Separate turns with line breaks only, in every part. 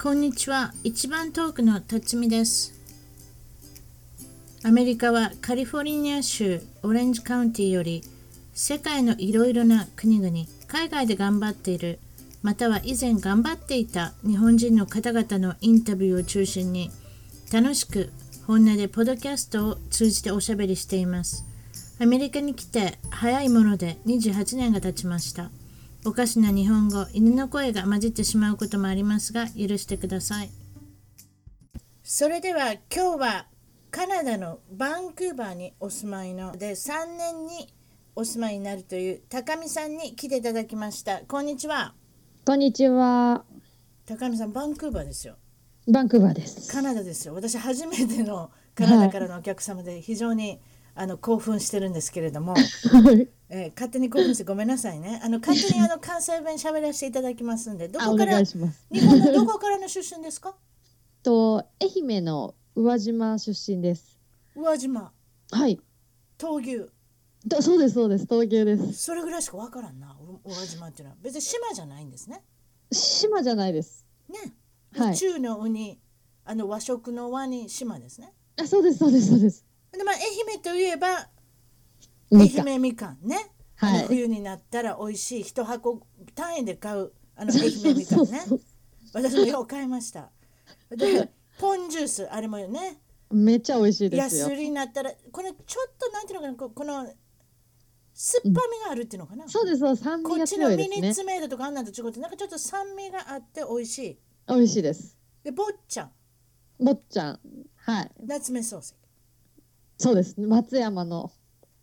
こんにちは一番トークの辰巳ですアメリカはカリフォルニア州オレンジカウンティより世界のいろいろな国々海外で頑張っているまたは以前頑張っていた日本人の方々のインタビューを中心に楽しく本音でポッドキャストを通じておしゃべりしていますアメリカに来て早いもので28年が経ちましたおかしな日本語犬の声が混じってしまうこともありますが許してくださいそれでは今日はカナダのバンクーバーにお住まいので3年にお住まいになるという高見さんに来ていただきましたこんにちは
こんにちは。
高見さんバンクーバーですよ
バンクーバーです。
カナダですよ私初めてのカナダからのお客様で非常に、あの興奮してるんですけれども、えー勝手に興奮してごめんなさいねあの勝手にあの関西弁喋らせていただきますんでど
あ、
こ
お
から
願い
日
します。
本のどこからの出身ですか
と、愛媛の宇和島出身です。
宇和島
はい。
闘牛
とそうです、そうです。東京です。
それぐらいしかわからんなう宇和島っていうのは別に島じゃないんですね
島じゃないです。
ね、
はい。
中のウにあの和食の和に島ですね
あ、そうです、そうです、そうです。
でまあ愛媛といえば
み
愛
かん。
媛みかんね、あ
は
の
い。
冬になったら美味しい一箱単位で買うあの
そ
愛
うそ
媛
う
みかん
そ
ね
うそう
私もよう買いましたでポンジュースあれもね
めっちゃ美味しいで
や
す
す
よ。
りになったらこれちょっとなんていうのかなここの酸っぱみがあるっていうのかな、
そうです、そうです酸味
こ
が
っちの
強いで
ミ
す
ニ
ね。
ツメイドとかあんなんと違ってなんかちょっと酸味があって美味しい
美味しいです。
で坊ちゃん
坊っちゃん。はい。
夏目漱石
そうです。松山の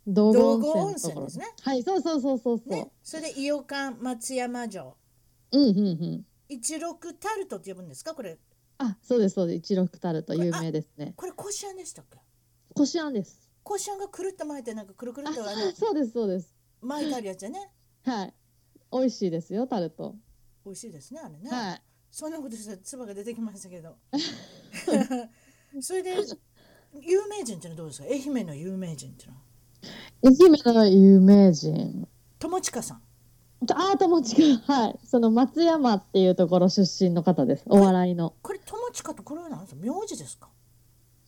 道後温泉のと
道後
こ
温泉
ろ
ですね
はい、そうそうそうそうそう。
ねそれで伊予館松山城
うんうんうん。
一六タルトって呼ぶんですかこれ
あ、そうです、そうです。一六タルト有名ですね。
これこしあんでしたっけ
こしあんです。
こしあんがくるっと巻いてなんかくるくるっ
あ
とあの
そうですそうです
巻いてあるやつやね
はい美味しいですよタルト、
美味しいですねあれね、
はい
そんなことしたら唾が出てきましたけ どそれで有名人ってのはどうですか愛媛の有名人ってのは
愛媛の有名人
友近さん
あー友近はいその松山っていうところ出身の方ですお笑いの
これ友近とこれは何ですか名字ですか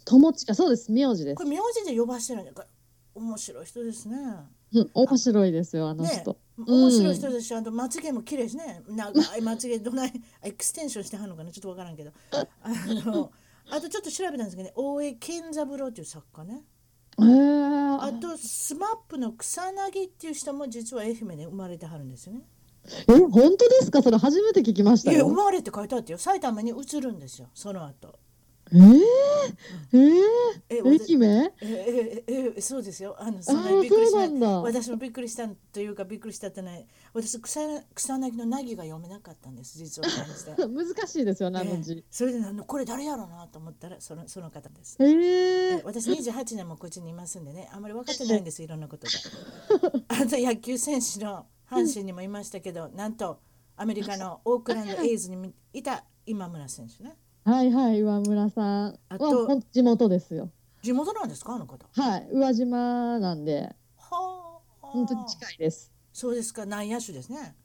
友近そうです名字です
こ、れ名字で呼ばしてるんだから面白い人ですね
うん、面白いですよあの人、
面白い人ですし、あとまつげも綺麗ですね長いまつげどないエクステンションしてはんのかなちょっとわからんけどあのあとちょっと調べたんですけどね大江健三郎っていう作家ね
へえ
あ
ー、
とスマップの草薙っていう人も実は愛媛で生まれてはるんですよね
え本当ですかそれ初めて聞きまし
い
た
や生
よ
まれって書いてあってよ埼玉に移るんですよその後
えー、えー、
え
愛
私
媛
ええええそうですよあの
あ
そんなに
ー
びっくりし
そう
な
ないんだ
私もびっくりしたというかびっくりしたってない私草草薙のなぎが読めなかったんです実は感じて
難しいですよねあの
ええ
字
それであのこれ誰やろうなと思ったらそのその方です
え
え
ー
え、私28年もこっちにいますんでねあんまり分かってないんですいろんな ことがあと野球選手の阪神にもいましたけどなんとアメリカのオークランドエイズにいた今村選手ね
はいはい岩村さん
あ
は
と
ほんと地元ですよ
地元なんですかあの方
はい、宇和島なんで、
はあ
本当に近いです。
そうですか内野手ですね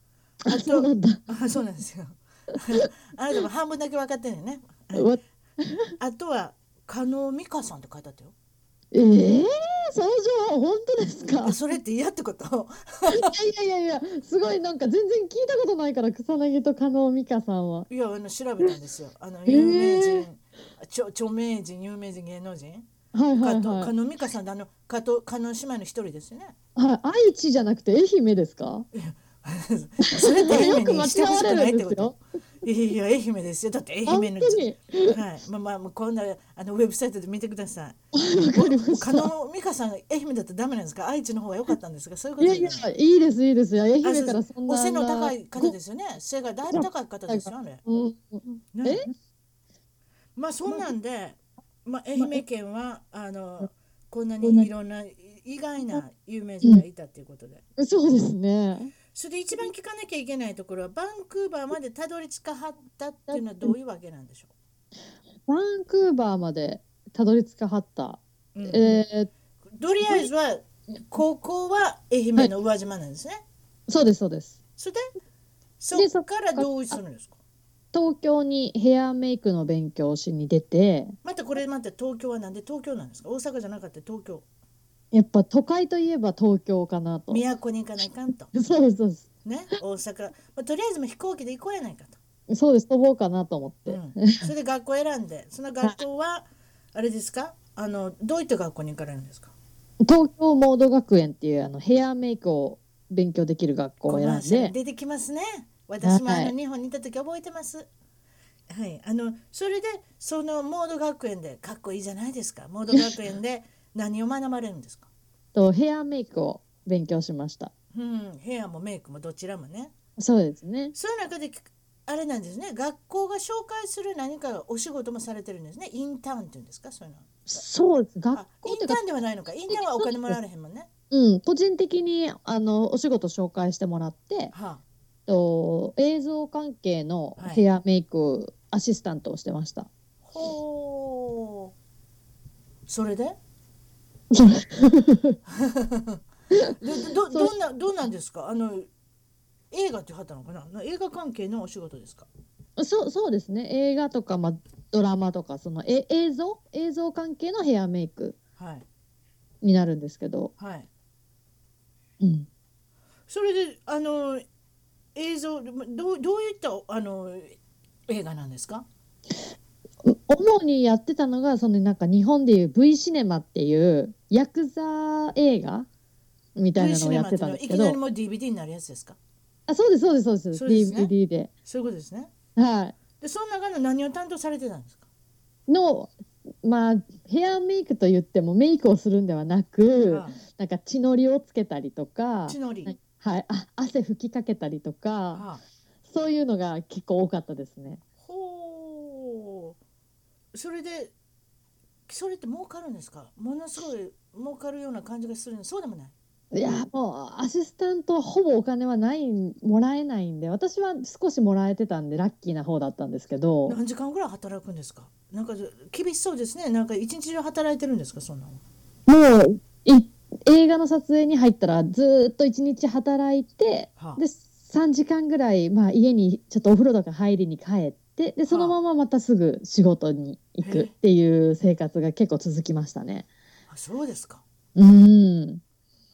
あ
あ、
と
そうなんだ。
あそうなんですよ あなたも半分だけ分かってるよね
わ
あとは加納美香さんって書いてあったよ
ええー、その情報本当ですか。
あそれって嫌ってこと
いやいやいやいや、すごいなんか全然聞いたことないから、草薙と加納美香さんは。
いやあの調べたんですよ。あの
えー
有名人、ちょ著名人有名人芸能人、
はい
加
はい
藤
は
加
い。
納美香さんであの加藤加納姉妹の一人ですよ ね。
はい、愛知じゃなくて愛媛ですか。
それって愛媛
よく間
にして
違
ほし
わ
くな
れ
い
る
っ
ん
てこ
です
と
よ。。
いやいや愛媛ですよ。だって愛
本
媛の。
当に。
はい。まあまあもうこんなあのウェブサイトで見てください。
わかりまし
加
た。
納美香さんが愛媛だったらダメなんですか。愛知の方が良かったんですか。そういうこ
い
と
や
じ
い
ゃない。、
やいいです、いいです。いや愛
あそ
媛
う
からそんな。
お背の高い方ですよね。背がだいぶ高い方ですよね。
ご。うん
ね
え
まあそんなんで、まあ、愛媛県はあのこんな
こんな
にいろんな意外な有名人がいたということで、
うん、そうですね。
それで一番聞かなきゃいけないところはバンクーバーまでたどり着かはったっていうのはどういうわけなんでしょ
バンクーバーまでたどり着かはった。
う、うん
えー、
とりあえずは高校は愛媛の宇和島なんですね、
そうですそうです。
それでそっからどうするんですか
東京にヘアメイクの勉強しに出て
またこれまた東京はなんで東京なんですか大阪じゃなかった東京
やっぱ都会といえば東京かなと。
都に行かないかんと
そうですそうです
ね大阪、まあ、とりあえずもう飛行機で行こうやないかと、
そうです飛ぼうかなと思って、
うん、それで学校選んでその学校はあれですかあのどういった学校に行かれるんですか
東京モード学園っていうあのヘアメイクを勉強できる学校を
コマーシャ
選
ル
んで
出てきますね私もあ
は
の
い
日本にいた時覚えてますはいあのそれでそのモード学園でかっこいいじゃないですかモード学園で何を学ばれるんですか
とヘアメイクを勉強しました
うんヘアもメイクもどちらもね
そうですね
そういう中であれなんですね学校が紹介する何かお仕事もされてるんですねインターンっていうんですかそういうの
そうです
あイン
学校という
タ
か
ーンではないのかインターンはお金もらわれへんもんね
うん個人的にあのお仕事紹介してもらって
はあ
と映像関係のヘアメイクアシスタントをしてました、
ほうそれ ででどどんなどうなんですかあの映画ってはったのかなな映画関係のお仕事ですか
そうそうですね映画とか、まあ、ドラマとかそのえ映像映像関係のヘアメイク
はい
になるんですけど、
はい
うん、
それであの映像どうどういったあの映画なんですか
主にやってたのがそのなんか日本でいう V シネマっていうヤクザ映画みたいなのをやってたんですけ
いきなり
ど
もう DVD になるやつですか
あそうですそうですそうです
そうですね
DVD で、
そういうことですね
は
でその中の何を担当されてたんですか
い、のまあヘアメイクと言ってもメイクをするんではなく
あ
なんか血のりをつけたりとか、
血のり
はい、あ汗吹きかけたりとか
あ
そういうのが結構多かったですね。
ほうそれでそれって儲かるんですかものすごい儲かるような感じがするのそうでもない
いやもうアシスタントはほぼお金はないもらえないんで私は少しもらえてたんでラッキーな方だったんですけど。
何時間ぐらい働くんですかなんか厳しそうですねなんか一日中働いてるんですかそんなの
もうい映画の撮影に入ったらずーっと一日働いて
は
で3時間ぐらい、まあ、家にちょっとお風呂とか入りに帰ってでそのまままたすぐ仕事に行くっていう生活が結構続きましたね。
あそうですか
うん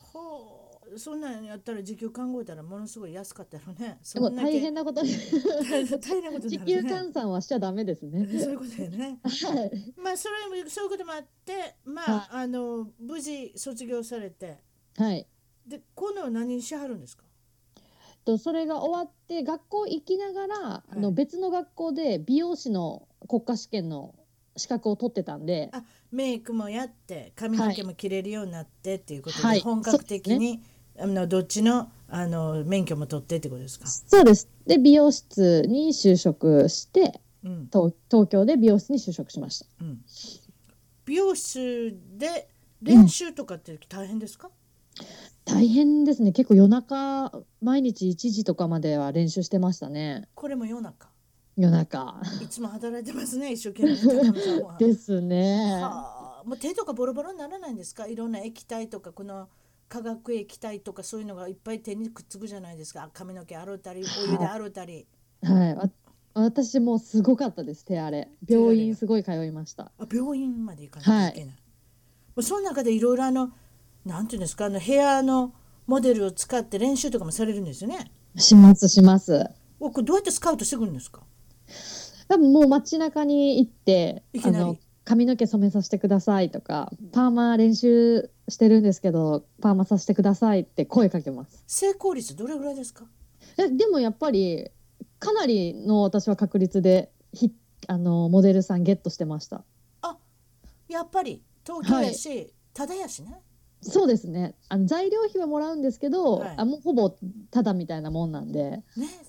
ほうそんなんやったら時給考えたらものすごい安かったのね
で
そ
も
んなけ
大変なこと に
大変なことに
時
な
給
るね
換算はしちゃダメですね。
そういうことだよね
はい
まあそれもそういうこともあってまああの無事卒業されて
はい
で今度は何しはるんですか
とそれが終わって学校行きながら、あ
は
の
い
別の学校で美容師の国家試験の資格を取ってたんで
あメイクもやって髪の毛も切れるようになってっていうことで、
はい
本格的に、あのどっちのあの免許も取ってってことですか、
そうです。で美容室に就職して
うん
東東京で美容室に就職しました。
うん、美容室で練習とかって大変ですか、
大変ですね。結構夜中毎日1時とかまでは練習してましたね。
これも夜中
夜中
いつも働いてますね一生懸命高見さんは。
ですね。
はあもう手とかボロボロにならないんですかいろんな液体とかこの化学液体とかそういうのがいっぱい手にくっつくじゃないですか髪の毛洗うたりお湯で洗うたり、
はい。わ私もうすごかったです手荒れ。
手荒れが
病院すごい通いました。
あ病院まで行かなきゃいけない、もうその中でいろいろあのなんていうんですかあのヘアのモデルを使って練習とかもされるんですよね
しますします。
おこれどうやってスカウトしてくるんですか
多分もう街中に行って
いき
あ
なり
の髪の毛染めさせてくださいとかパーマ練習してるんですけどパーマさせてくださいって声かけます。
成功率どれぐらいですか
えでもやっぱりかなりの私は確率でひあのモデルさんゲットしてました
やっぱり東京やし、ただやしね
そうですねあの材料費はもらうんですけど、
はい
あもうほぼただみたいなもんなんで
ね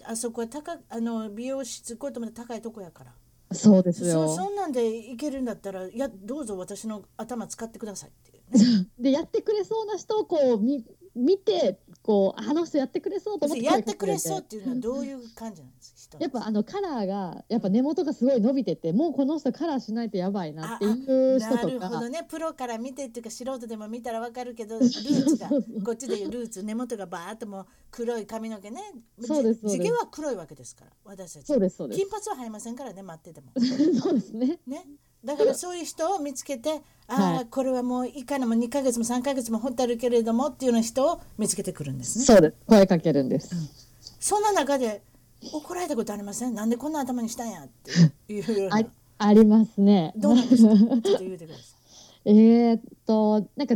あそこは高あの美容室こういったもの高いとこやから
そうです
そ
よ
そんなんでいけるんだったらいやどうぞ私の頭使ってくださいっていうね
でやってくれそうな人をこうみ見てこうあの人やってくれそうと思って
やってくれそうってい
声か
うのはどういう感じなんですか人
けてやっぱあのカラーがやっぱ根元がすごい伸びててもうこの人カラーしないとやばいなっていう人
な
と
るほ
か
どねプロから見てっていうか素人でも見たらわかるけどルーツが
そうそうそう
こっちでいうルーツ根元がバーっともう黒い髪の毛ね
そうですそうです
地毛は黒いわけですから私たち
そうですそうです
金髪は生えませんからね待ってても
そうですね
ねだからそういう人を見つけてああ、
はい
これはもういかにも2ヶ月も3ヶ月もほってあるけれどもっていうような人を見つけてくるんですね
そうです声かけるんです、
そんな中で怒られたことありませんなんでこんな頭にしたんやっていうような
あありますね
どうなん ですかちょっと言うてください
えーっとなんか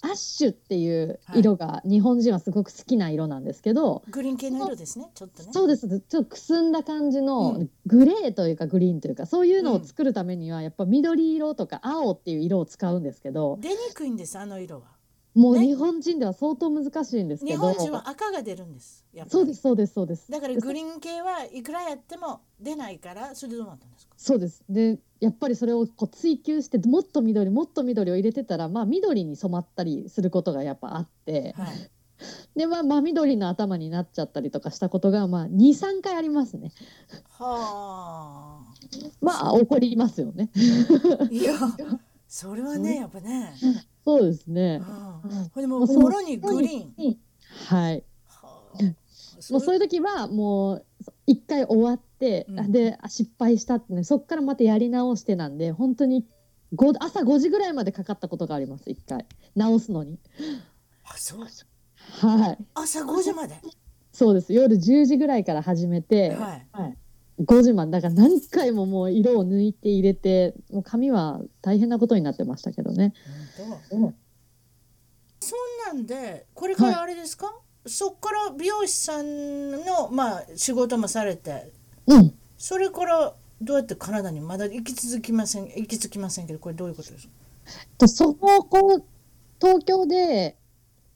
アッシュっていう色が、日本人はすごく好きな色なんですけど、
グリーン系の色ですねちょっとね
そうですそうですちょっとくすんだ感じ
う
の
ん
グレーというかグリーンというかそういうの
う
を
ん
作るためにはやっぱ緑色とか青っていう色を使うんですけど
出にくいんですあの色は
もう
ね
日本人では相当難しいんですけ
日
ど
本人は赤が出るんですやっぱり
そうですそうですそうです
だからグリーン系はいくらやっても出ないからそれでどうなったんですか
そうですでやっぱりそれをこう追求してもっと緑もっと緑を入れてたらまあ緑に染まったりすることがやっぱあって
はい
でまあ真緑の頭になっちゃったりとかしたことがまあ23回ありますね
はあ
まあ怒りますよね
いや、それはね、やっぱね。
そうですね
うんほんでもう、もろにグリーン。
はい
はあ
もうそういう時はもうそ一回終わって、
うん
あであ失敗したってねそっからまたやり直してなんで本当にご朝5時ぐらいまでかかったことがあります一回直すのに
あそう
はい
朝5時まで。
そうです夜10時ぐらいから始めて、
はい。
5時までだから何回ももう色を抜いて入れてもう髪は大変なことになってましたけどね
うんそんなんで、これからあれですか、そっから美容師さんの、まあ、仕事もされて、
うん
それからどうやってカナダにまだ行き続きません、行き着きませんけど、これどういうことですか
とそのこう東京で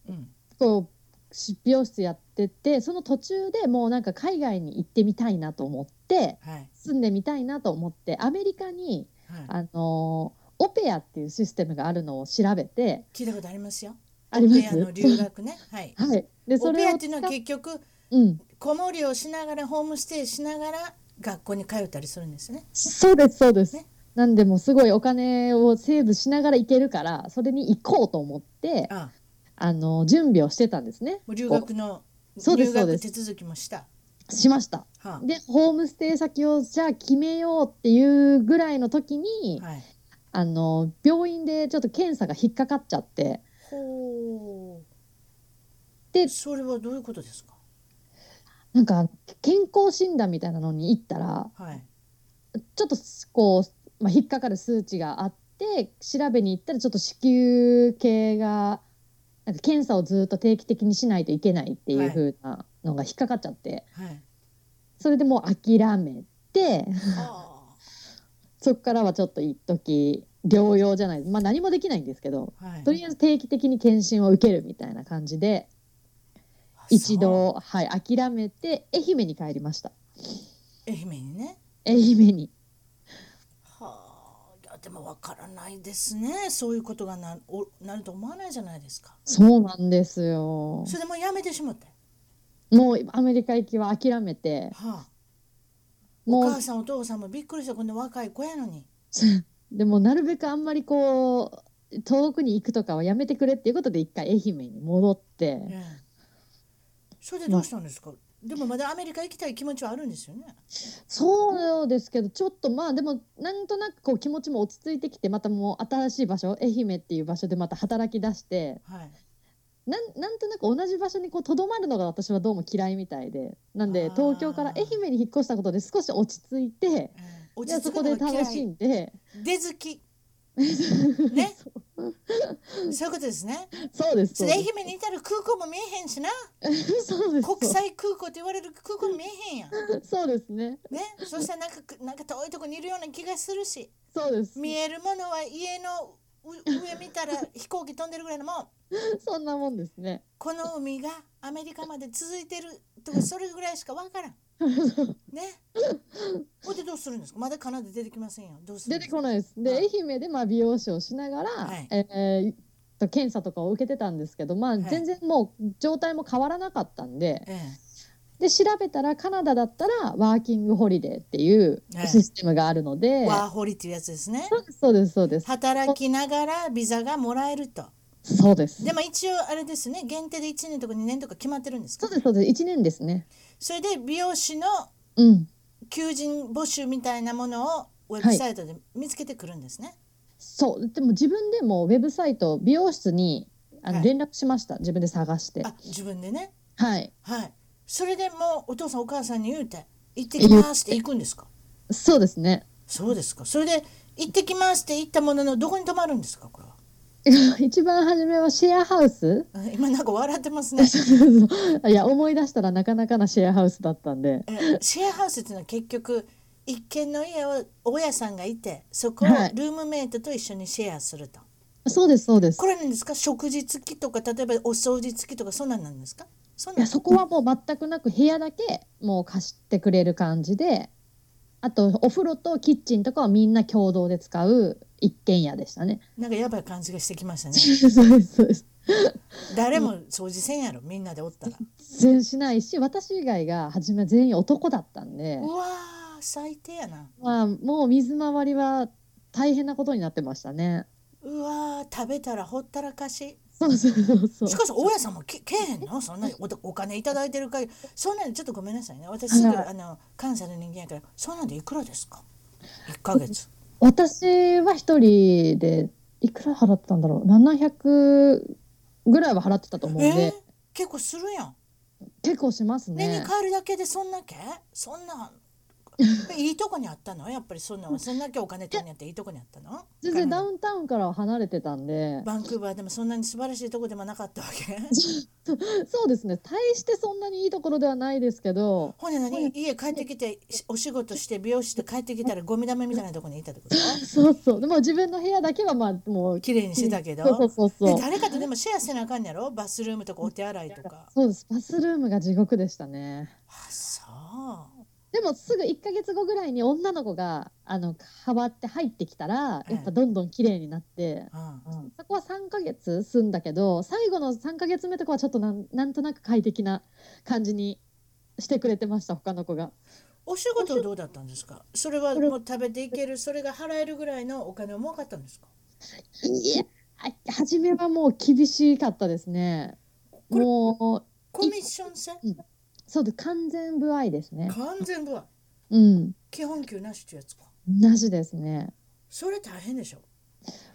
うん。
こうし美容室やっててその途中でもうなんか海外に行ってみたいなと思って
はい。
住んでみたいなと思ってアメリカに、
はい、
あのーオペアっていうシステムがあるのを調べて
聞いたことありますよ。
ありま
ペア
す
の留学ね。はい。
はいで
オ
そ
ペ
れ
ア
を
っていうのは
使っ
結局、
うん、
子守りをしながらホームステイしながら学校に通ったりするんですね。
そうですそうです、
ね
なんでもうすごいお金をセーブしながら行けるからそれに行こうと思って
ああ
あのー準備をしてたんですね
もう留学の
そうで
留
すそうで
学
す
手続きもした。
しました
は
でホームステイ先をじゃあ決めようっていうぐらいの時に、
あ、はい。
あの病院でちょっと検査が引っかかっちゃって
ほう。
で
それはどういうことですか。
なんか健康診断みたいなのに行ったら
はい。
ちょっとこう、まあ、引っかかる数値があって調べに行ったらちょっと子宮系がなんか検査をずっと定期的にしないといけないっていう風なのが引っかかっちゃって、
はい。
それでもう諦めて
あ
そこからはちょっと一時療養じゃないまあ何もできないんですけど
あ。はい。
とりあえず定期的に検診を受けるみたいな感じで。
そ
一
う。
度、はい、諦めて愛媛に帰りました
愛媛にね。
愛媛に
はあ。いやでもわからないですね。そういうことがなおなると思わないじゃないですか。
そうなんですよ
それでもうやめてしまって。
もうアメリカ行きは諦めて
はあ。お
もう
母さんお父さんもびっくりしたこんな若い子やのに。
でもなるべくあんまりこう遠くに行くとかはやめてくれっていうことで一回愛媛に戻って
ええそれでどうしたんですか、でもまだアメリカ行きたい気持ちはあるんですよね。
そうですけどちょっとまあでもなんとなくこう気持ちも落ち着いてきてまたもう新しい場所愛媛っていう場所でまた働き出して
はい。
なんなんとなく同じ場所にこうとどまるのが私はどうも嫌いみたいでなん
あ
で
ー
東京から愛媛に引っ越したことで少し落ち着いて
ええ落
で
ち
そ
着く
こ
の
で
が
楽
嫌
し
い。
んで
出好き。ね。そういうことですね。
そうです
そ
そう
れで
で
愛
す
媛にいたら空港も見えへんしな。
そうです
国際空港と言われる空港見えへんやん。
そうですね
ね。そしたらなんかなんか遠いとこにいるような気がするし、
そうです
見えるものは家のう上見 たら飛行機飛んでるぐらいのもん。
そんなもんですね
この海がアメリカまで続いてるとかそれぐらいしかわ からん。ね。ほんでどうするんですか。まだカナダ出てきませんよ。どうするん
出
で
て
すか。
こないですで
は
愛
い
媛でまあ美容師をしながら、
はい
えーそう検査とかを受けてたんですけど、まあ、
い
全然もう状態も変わらなかったんで
え
で調べたらカナダだったらワーキングホリデーっていう
はい
システムがあるので、
え、ワーホリっていうやつですね。
そうですそうですそうです
働きながらビザがもらえると。
そうです
でも一応あれですね、限定で1年とか2年とか決まってるんですか
そうですそうです1年ですね
それで美容師の
うん
求人募集みたいなものをウェブサイトで見つけてくるんですね。
そうでも自分でもウェブサイト美容室にあ
は
の
い
連絡しました、自分で探して
あ自分でね。
はい
はい。それでもうお父さんお母さんに言うて行ってきますって行くんですか。
そうですね
そうですか。それで行ってきますって言ったもののどこに泊まるんですかこれは。
一番初めはシェアハウス
あ今なんか笑ってます ね。
いや思い出したらなかなかなシェアハウスだったんで
えシェアハウスっていうのは結局一軒の家を大家さんがいてそこをル
はい
ームメイトと一緒にシェアすると、
そうですそうです
これなんですか食事付きとか例えばお掃除付きとかそんなんなんですかそん
い
なん
やそこはもう全くなく部屋だけもう貸してくれる感じであとお風呂とキッチンとかはみんな共同で使う一軒家でしたね。
なんかやばい感じがしてきましたね
そうですそうです
誰も掃除せんやろみんなでおったら
全然しないし私以外が初めは全員男だったんで
う、わー最低やな
まあ、もう水回りは大変なことになってましたね。
うわー食べたらほったらかし
そうそうそうそう
しかし大家さんもけけえへんのそんなにおお金いただいてるかそんなんでちょっとごめんなさいね私すぐ
はい
あの関西の人間やからそんなんでいくらですか1ヶ月
私は一人でいくら払ったんだろう700ぐらいは払ってたと思うんで、
えー結構するやん
結構します
年に
ね。
帰るだけでそんなけそん ないいとこにあったのやっぱりそんなそんだけお金取りにあっていいとこにあったの
全然ダウンタウンからは離れてたんで。
バンクーバーでもそんなに素晴らしいとこでもなかったわ け
そうですね大してそんなにいいところではないですけど
ほんで何家帰ってきてしお仕事して美容室で帰ってきたらゴミ溜めみたいなとこにいたってこと
そうそうでも自分の部屋だけはまあもう
綺麗にしてたけど
そうそうそうそ
で
う
誰かとでもシェアせなあかんやろバスルームとかお手洗いとか
そうですバスルームが地獄でしたね
あそう
でもすぐ1ヶ月後ぐらいに女の子があのハマって入ってきたらやっぱどんどん綺麗になって、
うん
そこは3ヶ月住んだけど最後の3ヶ月目とかはちょっとなんなんとなく快適な感じにしてくれてました他の子が
お仕事はどうだったんですかそれはもう食べていけるそれが払えるぐらいのお金を儲かったんですか
いや初めはもう厳しかったですね
これ
もう
コミッション制
そうです完全不愛ですね。
完全部は
うん、
基本給なしっていうやつか
なしですね。
それ大変でしょ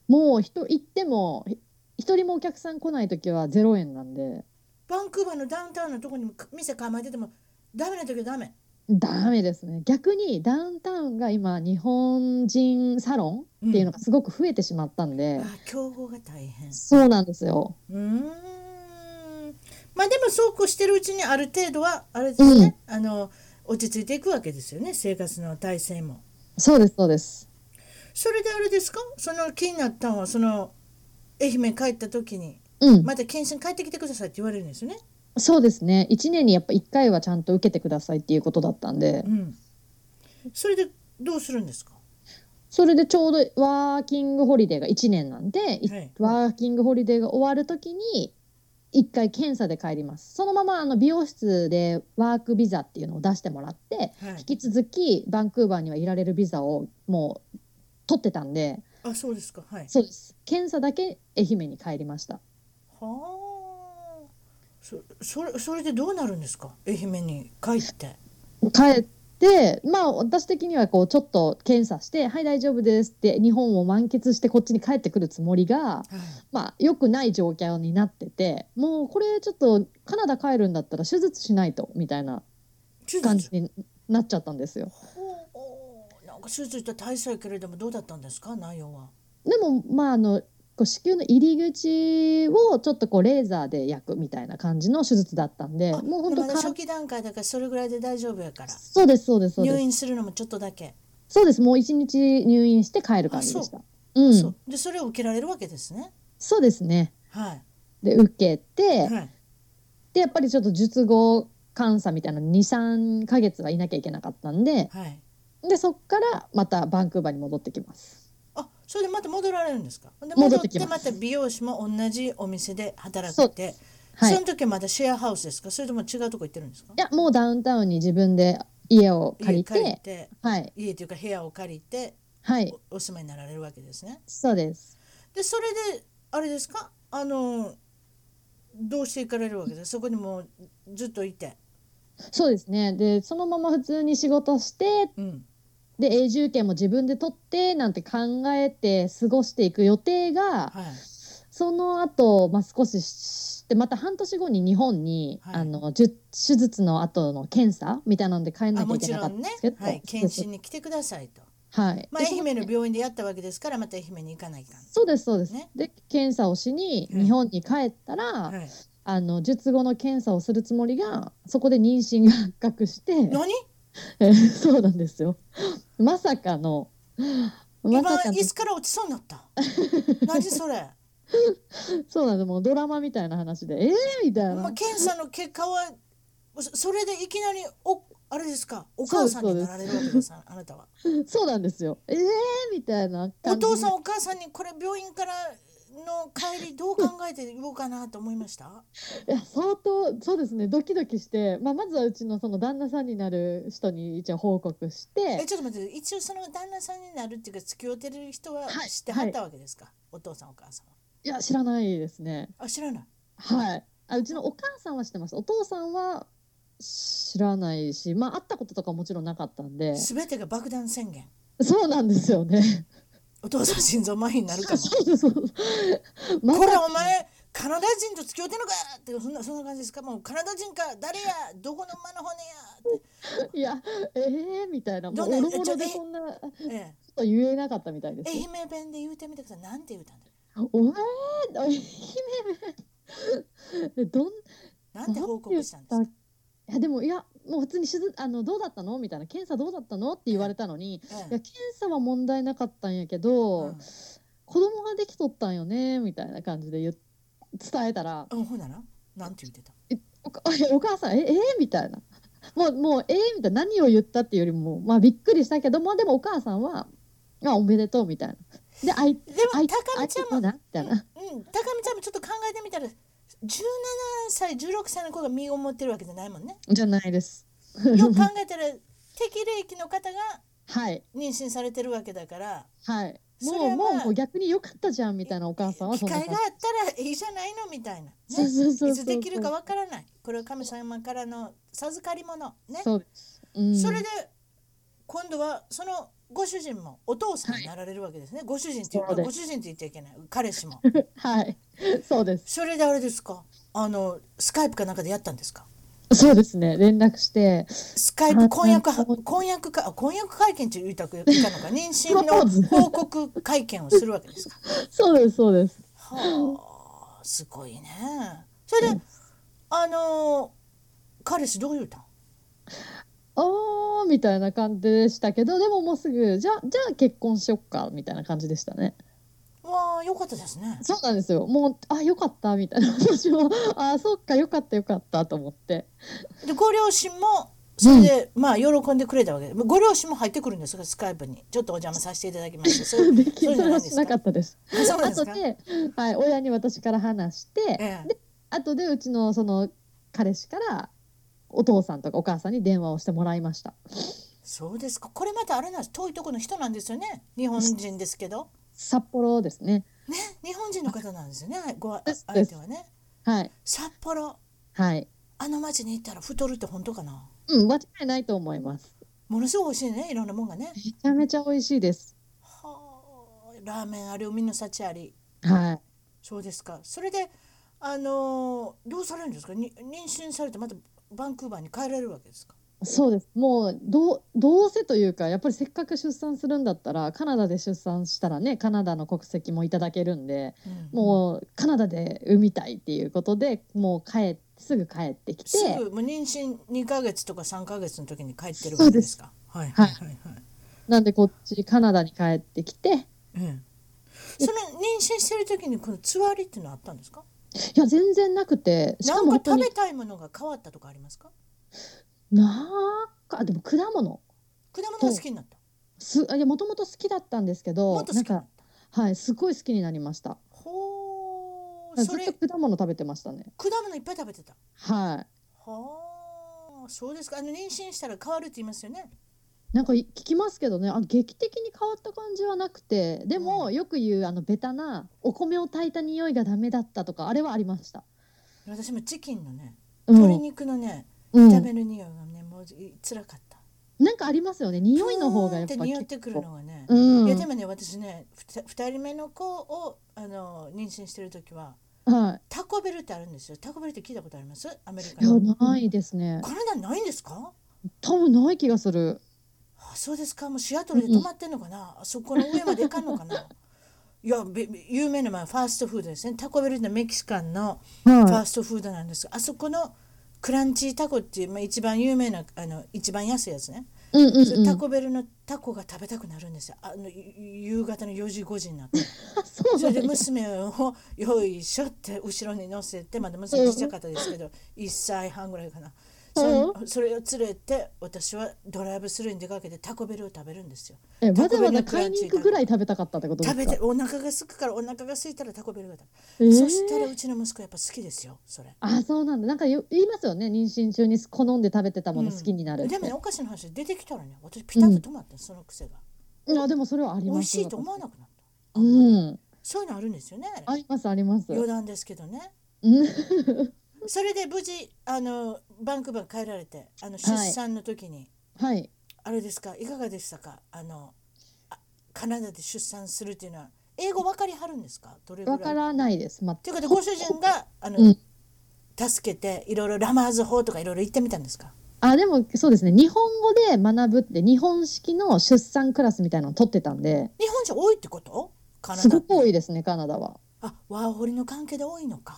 もう人行ってもひ一人もお客さん来ない時はゼロ円なんで
バンクーバーのダウンタウンのとこにも店構えててもダメな時はダメ
ダメですね。逆にダウンタウンが今日本人サロンっていうのがすごく増えてしまったんで、
あ競合が大変
そうなんですよ。
うーんまあでもそうこうしてるうちにある程度はあれですね、あの落ち着いていくわけですよね生活の体制も
そうですそうです。
それであれですかその気になったのはその愛媛帰った時に
うん、
また検診帰ってきてくださいって言われるんですよね、
そうですね。一年にやっぱ一回はちゃんと受けてくださいっていうことだったんで
う、ん、それでどうするんですか
それでちょうどワーキングホリデーが一年なんで、い
はい
ワーキングホリデーが終わるときに一回検査で帰りますそのままあの美容室でワークビザっていうのを出してもらって
はい
引き続きバンクーバーにはいられるビザをもう取ってたんで
あそうですかはい
そうです検査だけ愛媛に帰りました
はあそそれそれでどうなるんですか愛媛に帰って
帰ってまあ私的にはこうちょっと検査して「はい大丈夫です」って日本を満喫してこっちに帰ってくるつもりがまあ良くない状況になっててもうこれちょっとカナダ帰るんだったら手術しないとみたいな
手
感じ
術
になっちゃったんですよ。
ほうおーなんか手術って大差やけれどもどうだったんですか内容は
でもまああのこう子宮の入り口をちょっとこうレーザーで焼くみたいな感じの手術だったんで
あ
もう
で
本当
もまだ
か
初期段階だからそれぐらいで大丈夫やから
そうですそうですそう
入
です
院するのもちょっとだけ、
そうですもう一日入院して帰る感じでした。うん
そうでそれを受けられるわけですね
そうですね
はい
で受けて
はい
でやっぱりちょっと術後監査みたいなの23ヶ月はいなきゃいけなかったんで
はい
でそっからまたバンクーバーに戻ってきます。
あそれでまた戻られるんですかで
戻
戻
っ
って
き
て
ま
ますた美容師も同じお店で働く
そう
って
はい、
その時はまだシェアハウスですかそれとも違うとこ行ってるんですか
いやもうダウンタウンに自分で家を借りて
家借りて
はい
家というか部屋を借りて
はい
おお住まいになられるわけですね。
そうです
でそれであれですかあのどうしていかれるわけですかそこにもうずっといて。
そうですねでそのまま普通に仕事して
うん
で永住権も自分で取ってなんて考えて過ごしていく予定が
はい
その後、まあ少ししてまた半年後に日本に、
はい
あのじゅ手術の後の検査みたいなので帰ん
あ
なきゃ
も
いけ
ち
なか
ろ
った
ん
んで
ね
すけど、、
はい、検診に来てください と。
はい、
まあ、
で
愛媛
そ
の病院でやったわけですからまた愛媛に行かないかん。
そうですそうです、
ね
で検査をしに
うん
日本に帰った
は
ら、
い、
あの術後の検査をするつもりがそこで妊娠が発覚して
何
そうなんですよまさかのま
今
さかの
椅子から落ちそうにな った。何それ。
そうなんですもうドラマみたいな話でえー、みたい
まあ、
な
検査の結果はそそれでいきなりおあれですかお母さんになられるわけですああなたは
そうなんですよえー、みたいな
お父さん
ん
お母さんにこれ病院からの帰りどう考えていこうかなと思いました
いや相当そうですねドキドキして、まあ、まずはうちのその旦那さんになる人に一応報告し
え
て
ちょっと待って一応その旦那さんになるっていうか付き合ってる人は
はい
知ってはったわけですか、お父さんお母さんはい
や知らないですね
あ知らない
はいあうちのお母さんは知ってますお父さんは知らないしまあ会ったこととかもちろんなかったんで
全てが爆弾宣言
そうなんですよね
お父さん心臓麻痺になるか も
そうそうそうまさ
これお前カナダ人と付き合ってんのかってそんなそんな感じですかもうカナダ人か誰やどこの馬の骨や
いやえー、みたいなもう
どんな
おろおろで
えちょ
そんなちょっ
って、 ええ
と言えなかったみたいです
愛
よ
媛弁で言うてみてください。なんて言うたんだ
おえー、愛媛えどん
なんて報告したんです
なんて言ったいやでもいやもう普通に手術あのどうだったのみたいな検査どうだったのって言われたのに、
か、
いや検査は問題なかったんやけど、
うん
子供ができとったんよねみたいな感じで言っ伝えたら
うん、ほんならなんて言ってた
おか お母さんええー、みたいなもうもうええー、みたいな何を言ったっていうよりもまあびっくりしたけどまあでもお母さんはあおめでとうみたいなであい
で
あ
も
い
高
あ
見
い
ちゃん
も
も、
なみたいな
うん、高見ちゃんもちょっと考えてみたら17歳16歳の子が身を持ってるわけじゃないもん ね。
じゃないです
よく考えたら適齢期の方が
はい
妊娠されてるわけだから
はい
それ
もう
は
もう
まあ
もう逆に良かったじゃんみたいなお母さんは
機
そんな
会
感
があ
じ
ったらいいじゃないのみたいな、ね、
そうそうそうそう
いつできるかわからないこれは神様からの授かり物ね。
そうです、うん、
それで今度はそのご主人もお父さんになられるわけですね、ご主人っていう
そ
か
うです
ご主人って言っちゃいけない彼氏も
はい そうです
それであれですかあのスカイプかなんかでやったんですか
そうですね連絡して
スカイプ婚約
あ
は婚約かあ婚約会見って言ったく言ったのか 妊娠
プロポーズ
の報告会見をするわけ ですか
そうですそうです
はあすごいねそれであの彼氏どう言うたん
おーみたいな感じでしたけどでももうすぐじゃあじゃあ結婚しよっかみたいな感じでしたね
わあよかったですね
そうなんですよもうあよかったみたいな私も あそっかよかったよかったと思って
でご両親もそれで、まあ喜んでくれたわけでご両親も入ってくるんですかスカイプにちょっとお邪魔させていただきましたそ う
でき
そう
そ
じゃ
れ
ない
は
で
し
す
なか
か
ったです
あそう なんです
後
か
で、はい、親に私から話して、
ええ
で後でうちのその彼氏からお父さんとかお母さんに電話をしてもらいました
そうですかこれまたあれなんです遠いところの人なんですよね日本人ですけど
札幌ですね
ね日本人の方なんですよねごあ
です
相手はね
はい
札幌
はい
あの町に行ったら太るって本当かな
うん間違いないと思います
ものすごい美味しいねいろんなもんがね
めちゃめちゃ美味しいです
はあラーメンあり海の幸あり
はい
そうですかそれであのーどうされるんですかに妊娠されてまたバンクーバーに帰られるわけですか
そうです。もうどうどうせというか、やっぱりせっかく出産するんだったら、カナダで出産したらね、カナダの国籍もいただけるんで、
うん
もうカナダで産みたいっていうことで、もう帰っすぐ帰ってきて、
すぐもう妊娠2ヶ月とか3ヶ月の時に帰ってるわけですかはいはいはいはい、
なんでこっちカナダに帰ってきて、い
うんその妊娠してる時にこのつわりっていうのはあったんですか
や全然なくて、し
な
か
ん
も
か
本当
食
に
べたいものが変わったとかありますか
なんかでも果物
果物が好きになった
すいやもともと好きだったんですけ
も
ど
っと、好き
なん
になっ
か
た
はい、すごい好きになりました。
ほう
ず
それ
っと果物食べてましたね。
果物いっぱい食べてた
はい。
はあそうですかあの妊娠したら変わるって言いますよね
なんかい聞きますけどねあ劇的に変わった感じはなくてでもよく言うあのベタなお米を炊いた匂いがダメだったとかあれはありました。
私もチキンのね
うん
鶏肉のね、
うん、
炒める匂いがねもうつらかった
なんかありますよね匂いの方がやっぱ
ふーんって匂ってくる
結
のがね
構、うん
いやでもね私ね2人目の子をあの妊娠してる時は
は
タコベルってあるんですよタコベルって聞いたことありますアメリカ
いいや
の
ないですね
体ないんですか
多分ない気がする
あそうですかもうシアトルで泊まってんのかな、あそこの上まで行かんのか ないやべ有名なまあファーストフードですねタコベルってメキシカンのファ
は
ーストフードなんですが、あそこのクランチータコっていう、まあ、一番有名なあの一番安いやつね、
いうんうん
それ
うん
タコベルのタコが食べたくなるんですよあのゆ夕方の4時5時になって
あ そ う
それ
なんだ
で娘を「よいしょ」って後ろに乗せてまだ娘ちっちゃかったですけど1歳半ぐらいかなそそれを連れて私はドライブスルーに出かけてタコベルを食べるんですよ
え
タ
わざ
コベ
わ
ルの
ざ
クラ
買い
ン
に
チ
行くぐらい食べたかったってことです
食
か
べてお腹が空くからお腹が空いたらタコベルが食
え
べる、
ー
そしたらうちの息子やっぱ好きですよそれ。
あそうなんだなんかよ言いますよね妊娠中に好んで食べてたもの好きになるって、
でもねお菓子の話で出てきたらね私ピタッと止まった、その癖が
いやでもそれはあり
美
ます
味しいと思わなくなった
うん
そういうのあるんですよねあれ
ありますあります
余談ですけどね
うん
それで無事あのバンクーバー帰られてあの出産の時に、
はい
あれですかいかがでしたかあのあカナダで出産するっていうのは英語分かりはるんですかどれぐら
わ
い
からないですま
ということでご主人があの、
うん
助けていろいろラマーズ法とかいろいろ言ってみたんですか
あでもそうですね日本語で学ぶって日本式の出産クラスみたいなのを取ってたんで
日本人多いってことカナ
す
ダ
ごく多いですねカナダは
あワーホリの関係で多いのか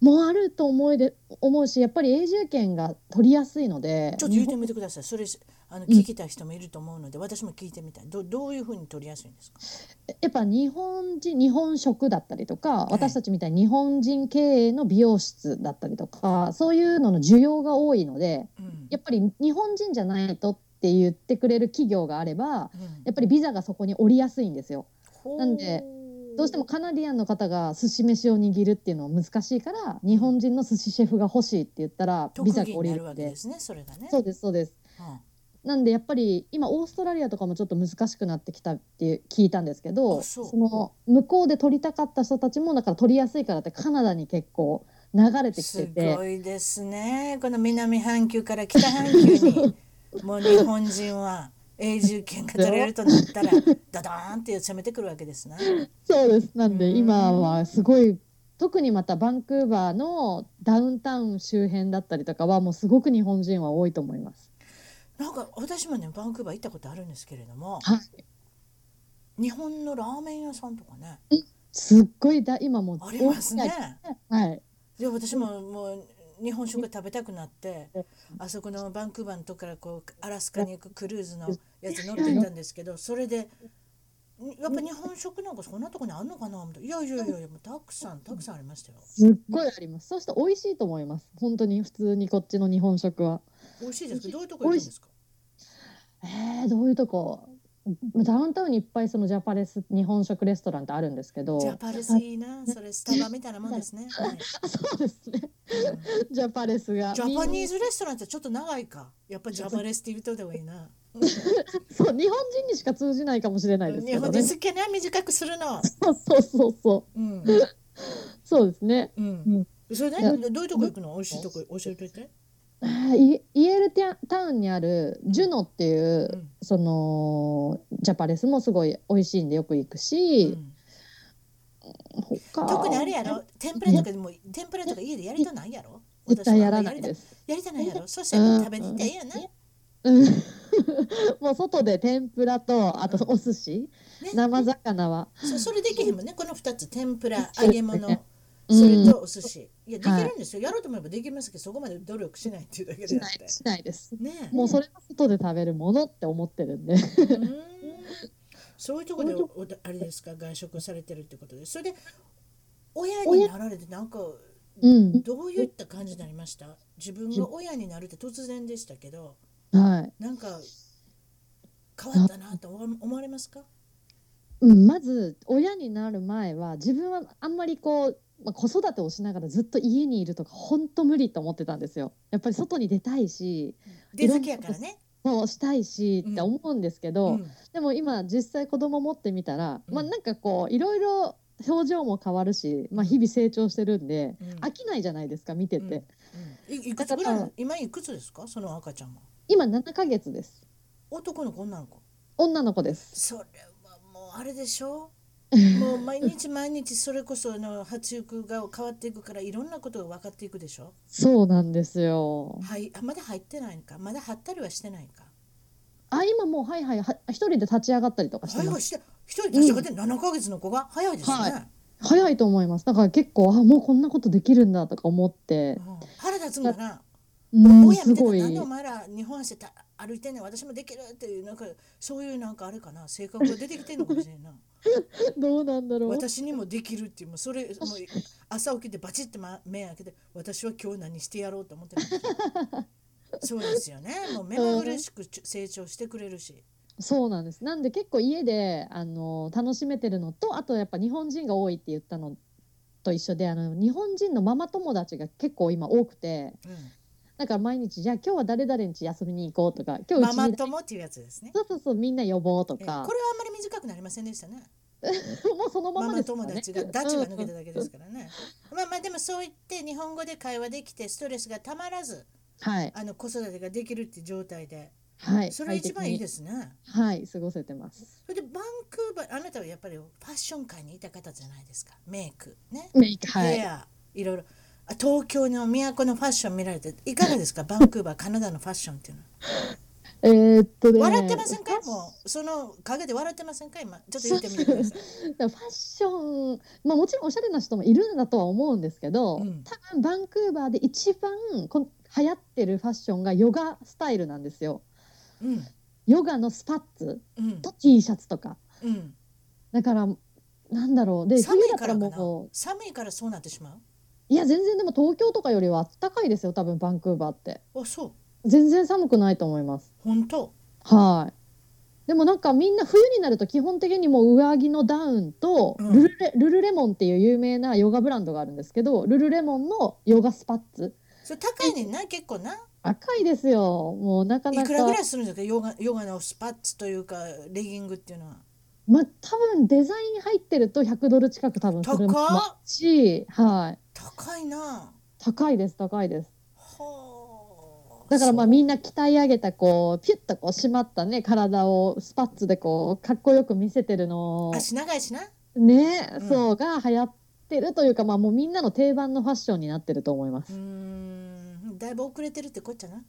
もあると思いで思うしやっぱり永住権が取りやすいので
ちょっと言ってみてください。それあの
うん
聞きたい人もいると思うので、私も聞いてみたい。どどういうふうに取りやすいんですか。
やっぱ日本人日本食だったりとか
い
私たちみたいに日本人経営の美容室だったりとかそういうのの需要が多いので
うん
やっぱり日本人じゃないとって言ってくれる企業があれば
うん
やっぱりビザがそこに降りやすいんですよ。
ほう
なんでどうしてもカナディアンの方が寿司飯を握るっていうのは難しいから日本人の寿司シェフが欲しいって言ったら
特
ビザが
技
降
に
り
な
る
るわ
の
け
で
で。すね。それがね。
そうですそうですなんでやっぱり今オーストラリアとかもちょっと難しくなってきたっていう聞いたんですけど
あそう
の向こうで取りたかった人たちもだから取りやすいからってカナダに結構流れ
うん、
てきて
す
て
ごいですね。この南半球から北半球 にもう日本人は永住権が取れるとなったらダダーンって攻めてくるわけですね。
そうですなんで
うん
今はすごい特にまたバンクーバーのダウンタウン周辺だったりとかはもうすごく日本人は多いと思います。
なんか私もねバンクーバー行ったことあるんですけれども、
はい
日本のラーメン屋さんとかね
すっごいだ今もう
ありますね。
はい
で私ももう日本食が食べたくなってあそこのバンクーバーのとこからこうアラスカに行くクルーズのやつ乗っていたんですけどそれでやっぱ日本食なんかそんなとこにあんのかなみたいないやいやいやいやもうたくさんたくさんありましたよ
すっごいあります。そうすると美味しいと思います。本当に普通にこっちの日本食は。
美味しいですけどどういうとこ行くんですか
えー、どういうとこダウンタウンにいっぱいそのジャパレス日本食レストランってあるんですけど
ジャパレスいいなそれスタバみたいなもんですね、はい
あそうですね ジャパレスが
ジャパニー
ズ
ズレストランってちょっと長いかやっぱジャパレスって言っておいた方がいいな
そう日本人にしか通じないかもしれないです
日
けど
本
ね
人
そ
好きね短くするの
うそうそうそ
うん
うそうですね
う
うん
んそれで
いや
どういうとこ行くの美味しいとこ教えておいて
あーイイエールタタウンにあるジュノっていう、
うん
そのジャパレスもすごい美味しいんでよく行くし、他
特にあれやろ天ぷらとかでも天ぷらとか家でやりたないやろ
絶対やらない
私はあん
で、
ますりやりたやりたないやろそしたら食べに行ってええやな、
うん、 もう外で天ぷらとあとお寿司、
ね
生魚は
そそれできへんもんねこの二つ天ぷら揚げ物
うん
それとお寿司いやできるんですよ、やろうと思えばできますけどそこまで努力しないっていうだけ
し
であ
な
っ
い
て
しないです。
ねえ
もうそれは外で食べるものって思ってるんで。
うんそういうとこでおおあれですか外食をされてるってことでそれで親になられてなんか
うん。
どういった感じになりました自分が親になるって突然でしたけど
はい。
なんか変わったなと思わ思われますか
うん、まず親になる前は自分はあんまりこう、まあ、子育てをしながらずっと家にいるとか本当無理と思ってたんですよ。やっぱり外に出たいし
出先やからね。
もうしたいしって思うんですけ
う
ど、
ん
でも今実際子供持ってみたら、
うん
まあなんかこういろいろ表情も変わるし、まあ、日々成長してるんで、
うん
飽きないじゃないですか見てて、
うんいいくつぐらいの今いくつですかその赤ちゃんは
今7ヶ月です
男の子女の子
女の子です
それはもうあれでし ょもう毎日毎日それこそあの発育が変わっていくからいろんなことが分かっていくでしょ
そうなんですよ
はいあまだ入ってないのかまだ張ったりはしてないのか
あ今もうはいはいは一人で立ち上がったりとかして
はい
ま
は
す
して一人でしたかで7ヶ月の子が早いですね、
は早いと思いますだから結構あもうこんなことできるんだとか思って
うん腹立つもんだな
うん
親
す
見てた
ご
らなんでお
い
前ら日本足で歩いてんねん私もできるっていうなんかそういうなんかあれかな性格が出てきてんのかもしれんない
どうなんだろう
私にもできるっていうもうそれもう朝起きてバチッてま目開けて私は今日何してやろうと思ってるそうですよねもう目まぐるしくちょ成長してくれるし
そうなんですなんで結構家であの楽しめてるのとあとやっぱ日本人が多いって言ったのと一緒であの日本人のママ友達が結構今多くて
うん
だから毎日じゃあ今日は誰々ん家遊びに行こうとか今
マ
日うち
マ
に
友っていうやつですね
そうそうそうみんな呼ぼうと
ええこれはあ
か
んまり短くなりませんでしたね
もうそのま
マ
ま
マ
ですよ
友
ね
達がダチが抜け
うん
ただけですからねまあまあでもそう言って日本語で会話できてストレスがたまらず
はい
あの子育てができるっていう状態で
はい
それ一番いいですすね
はい過ごせてます
それでバンクーバーあなたはやっぱりファッション界にいた方じゃないですかメイクね
メイクは
ヘ
い
アいろいろあ東京の都のファッション見られていかが ですかバンクーバーカナダのファッションっていうのは
えーっとね
笑ってませんかもうその陰で笑ってませんか今ちょっと言ってみてくだ さい
だからファッション、まあ、もちろんおしゃれな人もいるんだとは思うんですけど、
うん
多分バンクーバーで一番こん流行ってるファッションがヨガスタイルなんですよ
うん
ヨガのスパッツ
うん
と T シャツとか
うん
だからなんだろうで
寒
冬
い
だ
か
からら
かな
もう
寒いからそうなってしま
いや全然でも東京とかよりは暖かいですよ多分バンクーバーって
うあそう
全然寒くないと思います
本当
はいでもなんかみんな冬になると基本的にもう上着のダウンと
うん
ルルレ,、ルルレモンっていう有名なヨガブランドがあるんですけどルルレモンのヨガスパッツ
それ高いねんな結構な
赤いですよもうなかないか
くらぐらいするんですかヨガヨガのスパッツというかレギングっていうのは
まあ多分デザイン入ってると100ドル近く多分する
高っ
し、はい、
高いな
高いです高いです
はあ
だからまあ
そう
みんな鍛え上げたこうピュッとこう締まったね体をスパッツでこうかっこよく見せてるのを
足長いしな
ね、
うん
そうが流行ってるというか、まあ、もうみんなの定番のファッションになってると思いま
うー
す。
んだいぶ遅れてるってこっちゃな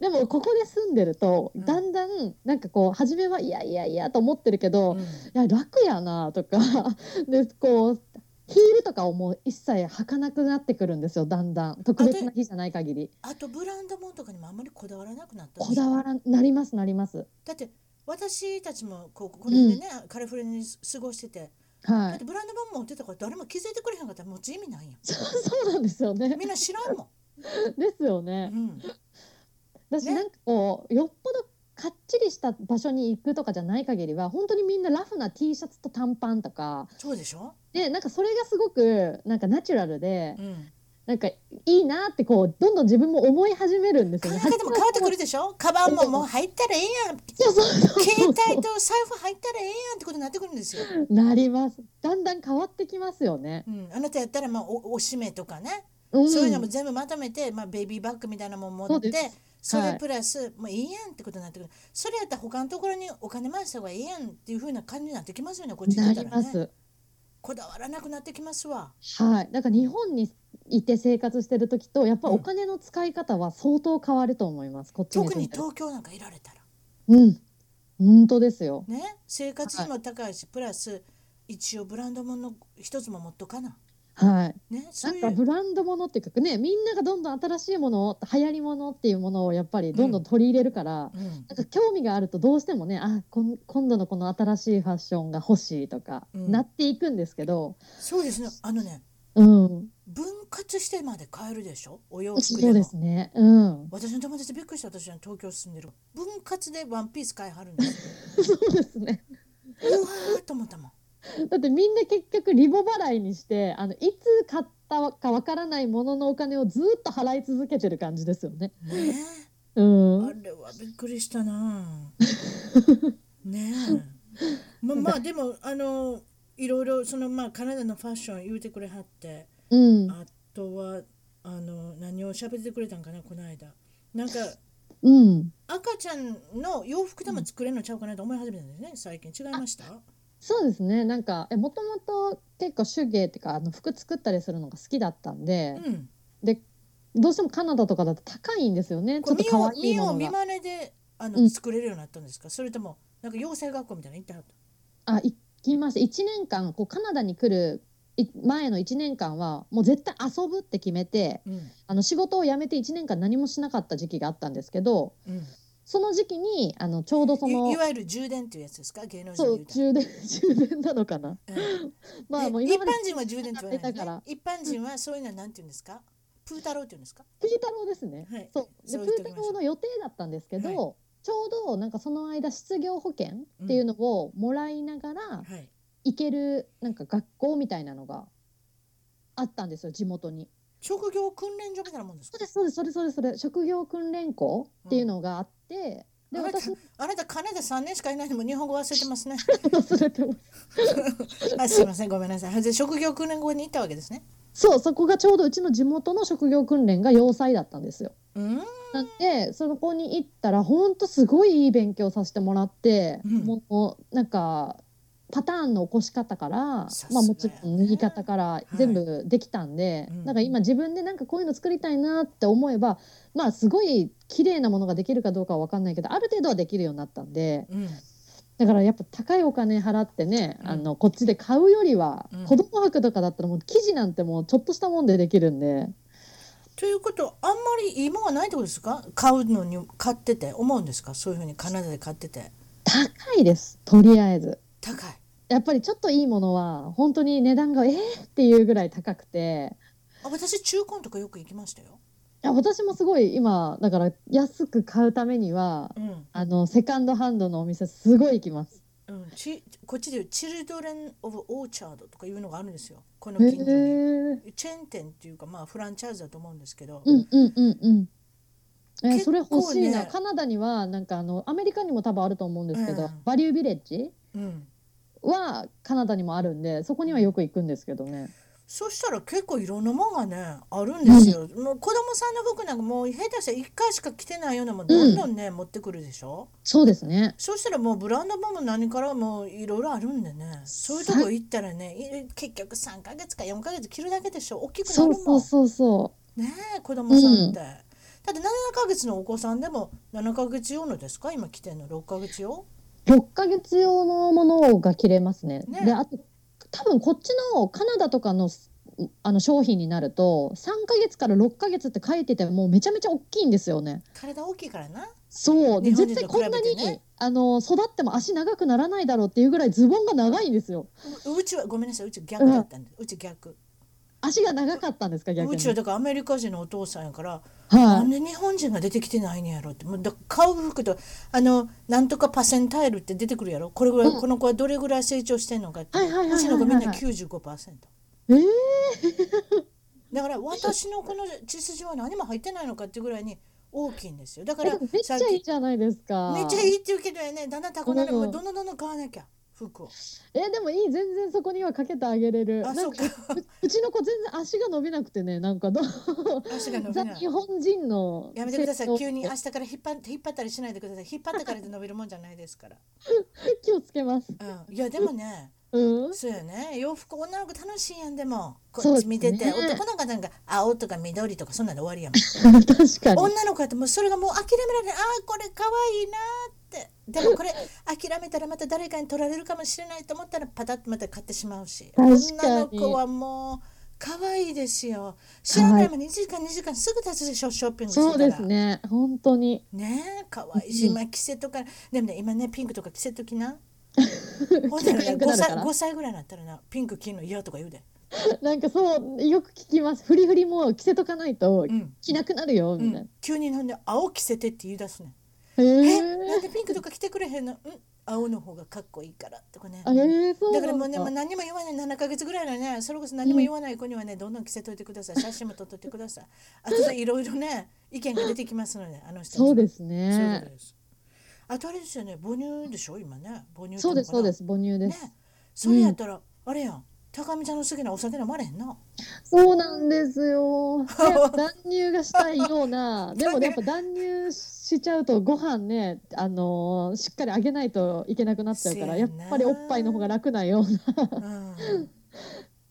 でも、ここで住んでると、
うん
だんだん、なんかこう、初めはいやいやいやと思ってるけど、いや、楽やなとか、 で、こう、ヒールとかをもう一切履かなくなってくるんですよ、だんだん。特別な日じゃない限り。
あとブランドもんとかにもあんまりこだわらなくなったでしょ
こだわら、なります、なります。
だって私たちもこうこれでね、カリフォルニアに過ごしててだ
は
っ
い
て。ブランドもん持ってたから誰も気づいてくれへんかったらもう意味ないやん
そうそうなんですよね。
みんな知らんもん、
ですよね。
うん、
私
ね
なんかこうよっぽどかっちりした場所に行くとかじゃない限りは本当にみんなラフな T シャツと短パンとか
そうでしょ、
でなんかそれがすごくなんかナチュラル で
うん、
なんかいいなってこうどんどん自分も思い始めるんです
考
よ
え
ね。
方も変わってくるでしょカバンももう入ったらええやん
そうそうそう
携
そう
帯と財布入ったらええやんってことになってくるんですよ、
なりますだんだん変わってきますよね。
うん、あなたやったらまあおおしめとかね
うん、
そういうのも全部まとめて、まあ、ベイビーバッグみたいなのも持って
そうです
そ
は
れ
い
プラス、もういいやんってことになってくるそれやったら他のところにお金回した方がいいやんっていうふうな感じになってきますよねこっち行
な
ってた
り
ら
ま
ね
す。
こだわらなくなってきますわ
はい。だから日本にいて生活してる時とやっぱお金の使い方は相当変わると思います。こっちに
特に
住んでる
東京なんかいられたら
うん本当ですよ。
ね生活費も高いし、プラス一応ブランドもの一つも持っとかな
はい。
ねそ
な
うんい
か
う
ブランドものっていうかねみんながどんどん新しいものを流行りものっていうものをやっぱりどんどん取り入れるから、
うん
なんか興味があるとどうしてもねあこん今度のこの新しいファッションが欲しいとか、
うん
なっていくんですけど、
そうですねあのね
うん、
分割してまで買えるでしょお洋服
そ
で
うで
も
すね、うん、
私の友達びっくりした私は東京住んでる分割でワンピース買いはるんですよ
そうですね、
うわーと思ったもん。
だってみんな結局リボ払いにしてあのいつ買ったかわからないもののお金をずっと払い続けてる感じですよね。
ね
うん、
あれはびっくりしたな。ねえ。まあまあでもあのいろいろそのまあカナダのファッション言うてくれはって
うん、
あとはあの何を喋ってくれたんかなこの間。なんか
うん、
赤ちゃんの洋服でも作れるのちゃうかなと思い始めたんですね最近違いました
そうですねなんかえもともと結構手芸っていうかあの服作ったりするのが好きだったんで
う、ん。
どうしてもカナダとかだと高いんですよねちょっと
見
可
よう
愛
見
い
よ
も
う見
のが
まねであ
う
の
ん
作れるようになったんですかそれともなんか養成学校みたいなの行ってはった
あ行きました1年間こうカナダに来るい前の1年間はもう絶対遊ぶって決めて
うん
あの仕事を辞めて1年間何もしなかった時期があったんですけど
うん
その時期にあのちょうどそ
いい
の
わゆる充電っていうやつですか芸能人
そ
で
う
言う
充電充電なのかな
たらうん
まあ
で
もう
一
今ま
般
で
人は充電って言わない
使ってたから
ですね。一般人はそういうのはなんて言うんですか。プータローって言うんですか。
プータローですね、
はい
そうで
そう
プ
言ってお
ー
き
タ
ましょ
ロ
う
ーの予定だったんですけど、
はい
ちょうどなんかその間失業保険っていうのをもらいながら、
はい。
行けるなんか学校みたいなのがあったんですよ地元に。
職業訓練所みたいなもんです
そ
か
う。ですそうですそれそれそれ職業訓練校っていうのがあって、
うん
で
あなた
私も
あなたカナダ三年しかいないのも日本語忘れてますね。
忘れてます
あすいませんごめんなさい。で職業訓練後に行ったわけですね。
そうそこがちょうどうちの地元の職業訓練が要塞だったんですよ。
うん。
なんでそこに行ったらほんとすごいいい勉強させてもらって、
うん
もうなんかパターンの起こし方から、ま
さすがや
あ
ね
もちろん脱ぎ方から
い
全部できたんで、
うん
なんか今自分でなんかこういうの作りたいなって思えばまあすごい綺麗なものができるかどうかは分かんないけどある程度はできるようになったんで
うん。
だからやっぱ高いお金払ってね、
うん
あのこっちで買うよりは、
うん
子供服とかだったらもう生地なんてもうちょっとしたもんでできるんで。
ということあんまりいいもんはないってことですか。買うのに買ってて思うんですか。そういうふうにカナダで買ってて
高いですとりあえず
高い。
やっぱりちょっといいものは本当に値段がえーっていうぐらい高くて
あ私中古のとかよく行きましたよ。
いや私もすごい今だから安く買うためには
うん。
あのセカンドハンドのお店すごい行きます
うん、ちこっちでいうチルドレン・オブ・オーチャードとかいうのがあるんですよこの
へえ
近所に。
うん
チェーン店っていうかまあフランチャイズだと思うんですけど、
うんうんうんえー
結
そ
構
れ
ね
欲しいな、カナダにはなんかあのアメリカにも多分あると思うんですけど、
うん
バリュービレッジ
うん
はカナダにもあるんでそこにはよく行くんですけどね
そしたら結構いろんなもんがねあるんですよ、もう子供さんの服なんかもう下手したら1回しか着てないようなもんどんどんね、持ってくるでしょ
そうですね
そしたらもうブランドもんも何からもういろいろあるんでねそういうとこ行ったらねい結局3ヶ月か4ヶ月着るだけでしょ大きくなる
そ
もん
うそうそうそう
ねえ子供さんって、
うん
だって7ヶ月のお子さんでも7ヶ月用のですか今着てんの6ヶ月用
6ヶ月用のものが切れますね。
ね
であと多分こっちのカナダとかのあの商品になると3ヶ月から6ヶ月って書いててもうめちゃめちゃ大きいんですよね。
体大きいから な
そうで
日本
絶
人と
対こんなに、
比べてね
あの育っても足長くならないだろうっていうぐらいズボンが長いんですよ。
ううちはごめんなさいうち逆だったんです、うち逆
足が長かったんですか逆
う
に
ち。はだからアメリカ人のお父さんやから、な
は
んで日本人が出てきてないんやろってもうだ買う服とあのなんとかパセンタイルって出てくるやろこれぐらい、
うん
この子はどれぐらい成長してんのかって、
はいはいはいはいはいう
ちの子みんな95%
い。ええ
だから私のこの血筋は何も入ってないのかっていうぐらいに大きいんですよだから
でもめっちゃいいじゃないですか。
めっちゃいいって言うけどやねだんだん高なるもうどんどんどんどん買わなきゃ服を
えでもいい全然そこにはかけてあげれる。
あ
な
そ
ん
う
か
か
うちの子全然足が伸びなくてねなんかどう
足が伸び
ザ
ない
日本人の
やめてください急に
成
明日から引っ張っ引っ張ったりしないでください引っ張ったからで伸びるもんじゃないですから、
長気をつけます。
うん、いやでもね
うん。
そうよね洋服女の子楽しいやんでもこ
そう
っ
で
ち
すね
見てて、男の子なんか青とか緑とかそんなの終わりやもん
確かに。
女の子やってもうそれがもう諦められないあーこれ可愛いなーってでもこ れ諦めたらまた誰かに取られるかもしれないと思ったらパタッとまた買ってしまうし
確かに
女の子はもう可愛いですよ知らない間に1時間2時間すぐ経つでしょショッピングするから
そうですね。本当に。
ねえ可愛いし、
うん
今着せとかでもね今ねピンクとか着せとき なほん
着
な
せ
ら
と
ね
きなく
5歳
なるから
5歳ぐらいになったらなピンク着るの嫌とか言うで、
なんかそうよく聞きます。フリフリも着せとかないと
うん
着なくなるよ
う
みたい
ん、急になんで青着せてって言い出すねん
な。
え
へえ。
なんでピンクとか着てくれへんのうん青の方がかっこいいからとかね
あえー、そうな
だ
ん
からもうねもう
だ
何も言わない7ヶ月ぐらいのねそれこそ何も言わない子にはねどんどん着せといてください写真も撮っといてくださ いあとでいろいろね意見が出てきますのであの人
そうです
そういうこと
ね。
ですあとあれですよね母乳でしょ今ね母乳っていのかな
そうです、そうです、母乳で
ね
す。
それやったら、あれやん高見ちゃんの好きなお酒飲まれへんな
そうなんです よ。早く断乳がしたいような、でもねやっぱ断乳しちゃうとご飯ね、あのーしっかりあげないといけなくなっちゃうから、
せや
やっ
な
ぱりおっぱいの方が楽なような。
うん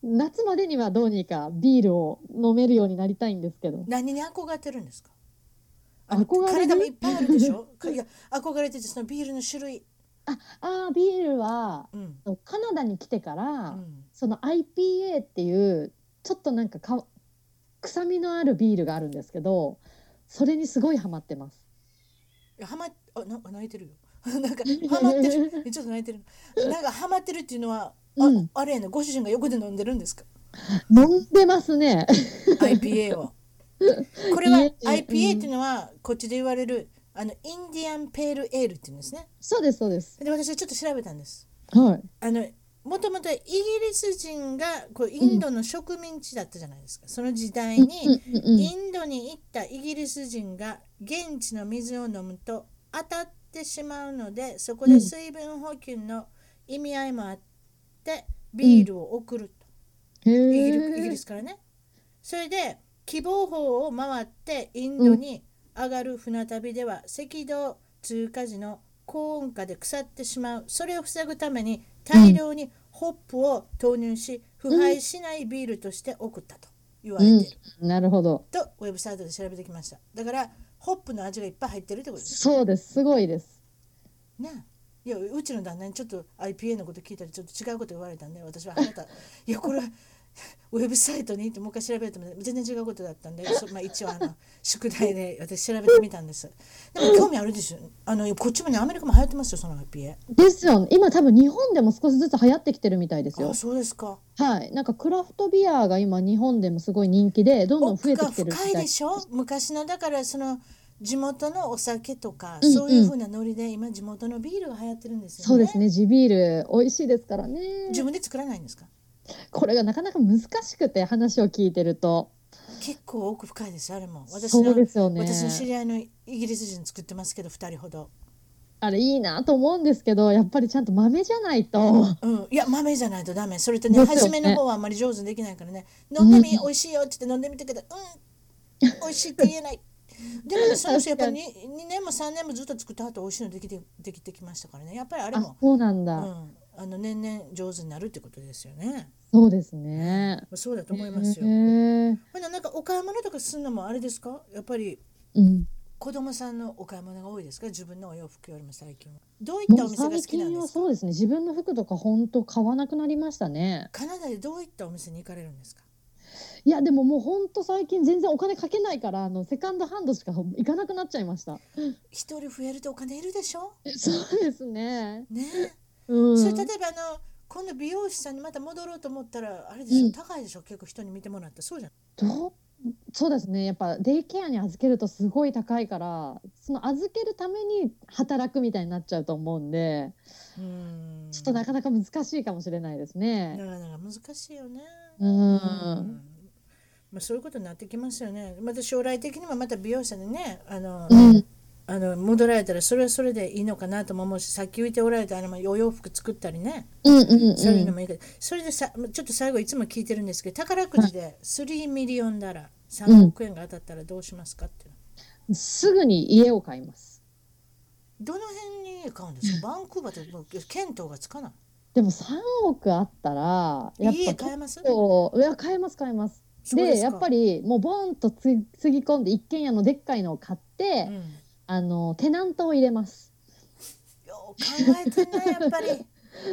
夏までにはどうにかビールを飲めるようになりたいんですけど。
何に憧れてるんですかあの
憧れる
体もいっぱいあるでしょ いや憧れててそのビールの種類
ああ、ビールは、
うん
カナダに来てから、
うん
その IPA っていうちょっとなんかか臭みのあるビールがあるんですけどそれにすごいハマってます。
いやハマっあなんか泣いてるよ なんかハマってるえちょっと泣いてるなんかハマってるっていうのはあ,、
うん
あれやなご主人が横で飲んでるんですか
飲んでますね。
IPA をこれは
家で
IPA って
うん
いうのはこっちで言われるあのインディアンペールエールっていうんですね
そうですそうです。
で私はちょっと調べたんです
はい。
あのもともとイギリス人がこうインドの植民地だったじゃないですか、その時代に
うんうんうん
インドに行ったイギリス人が現地の水を飲むと当たってしまうのでそこで水分補給の意味合いもあってビールを送ると、イギリスイギ
へ
リ
え。
スからねそれで希望法を回ってインドに上がる船旅では赤道通過時の高温下で腐ってしまうそれを防ぐために大量にホップを投入し腐敗しないビールとして送ったと言われている、
なるほど。
とウェブサイトで調べてきましただからホップの味がいっぱい入ってるってことです
そうですすごいです。
ねいやうちの旦那にちょっと IPA のこと聞いたらちょっと違うこと言われたんで私はあなた いやこれウェブサイトに行ってもう一回調べても全然違うことだったんで、そまあ、一応あの 宿題で私調べてみたんですでも興味あるでしょあのこっちもねアメリカも流行ってますよその IPA
ですよね。今多分日本でも少しずつ流行ってきてるみたいですよ
あ。そうですか
はい。なんかクラフトビアが今日本でもすごい人気でどんどん
奥
増えて
が
きてるみ
深
た
い
い
でしょ昔のだからその地元のお酒とか、
うんうん
そういうふうなノリで今地元のビールが流行ってるんですよね
そうですね。地ビール美味しいですからね。
自分で作らないんですか
これがなかなか難しくて話を聞いてると。
結構奥深いですあれも私
そ
の
うですよね。
私の知り合いのイギリス人作ってますけど2人ほど、
あれいいなと思うんですけど、やっぱりちゃんと豆じゃないと。
うん、いや豆じゃないとダメそれとね
ですよね
初めの方はあんまり上手にできないからね飲んでみ、
うん
美味しいよって言って飲んでみたけどうん美味しいって言えないで もねその人やっぱり 2, 年も3年もずっと作った後美味しいのできてできてきましたからねやっぱりあれ
あ
も、、
そうなん
う
だ。
ん、あの年々上手になるってことですよね
そうですね。
そうだと思いますよ、
へえ
ほななんかお買い物とかするのもあれですかやっぱり
うん。
子供さんのお買い物が多いですか自分のお洋服よりも最近はどういった
も
お
う
店が好
最
きなん
近
で
は
すか
そうですね。自分の服とか本当買わなくなりましたね。
カナダでどういったお店に行かれるんですか
いやでももう本当最近全然お金かけないからあのセカンドハンドしか行かなくなっちゃいました。
一人増えるとお金いるでしょ
えそうですね。
ね
うん。
それ例えばあの今度美容師さんにまた戻ろうと思ったらあれでしょ、
うん
高いでしょ結構人に見てもらってそうじゃん
どうそうですねやっぱデイケアに預けるとすごい高いからその預けるために働くみたいになっちゃうと思うんで
うん
ちょっとなかなか難しいかもしれないですね。
なかなか難しいよね
うん
まあ、そういうことになってきますよねまた将来的にもまた美容師さんにねあの、
うん
あの戻られたらそれはそれでいいのかなとも思うしさっき言っておられたあのまあお洋服作ったりね
うんうん
そういう
う
の
ん。
もいいけど、それでさちょっと最後いつも聞いてるんですけど宝くじで3ミリオンダラー3億円が当たったらどうしますかっていうの、
すぐに家を買います。
どの辺に買うんですかバンクーバーってもう見当がつかない
でも3億あったらやっ
家
ぱ
買えます
こういや買えます買えます。
そう
です
か
やっぱりもうボーンとつつぎ込んで一軒家のでっかいのを買って、
うん、よ
あのテナントを入れます。
う 考えてんなやっぱり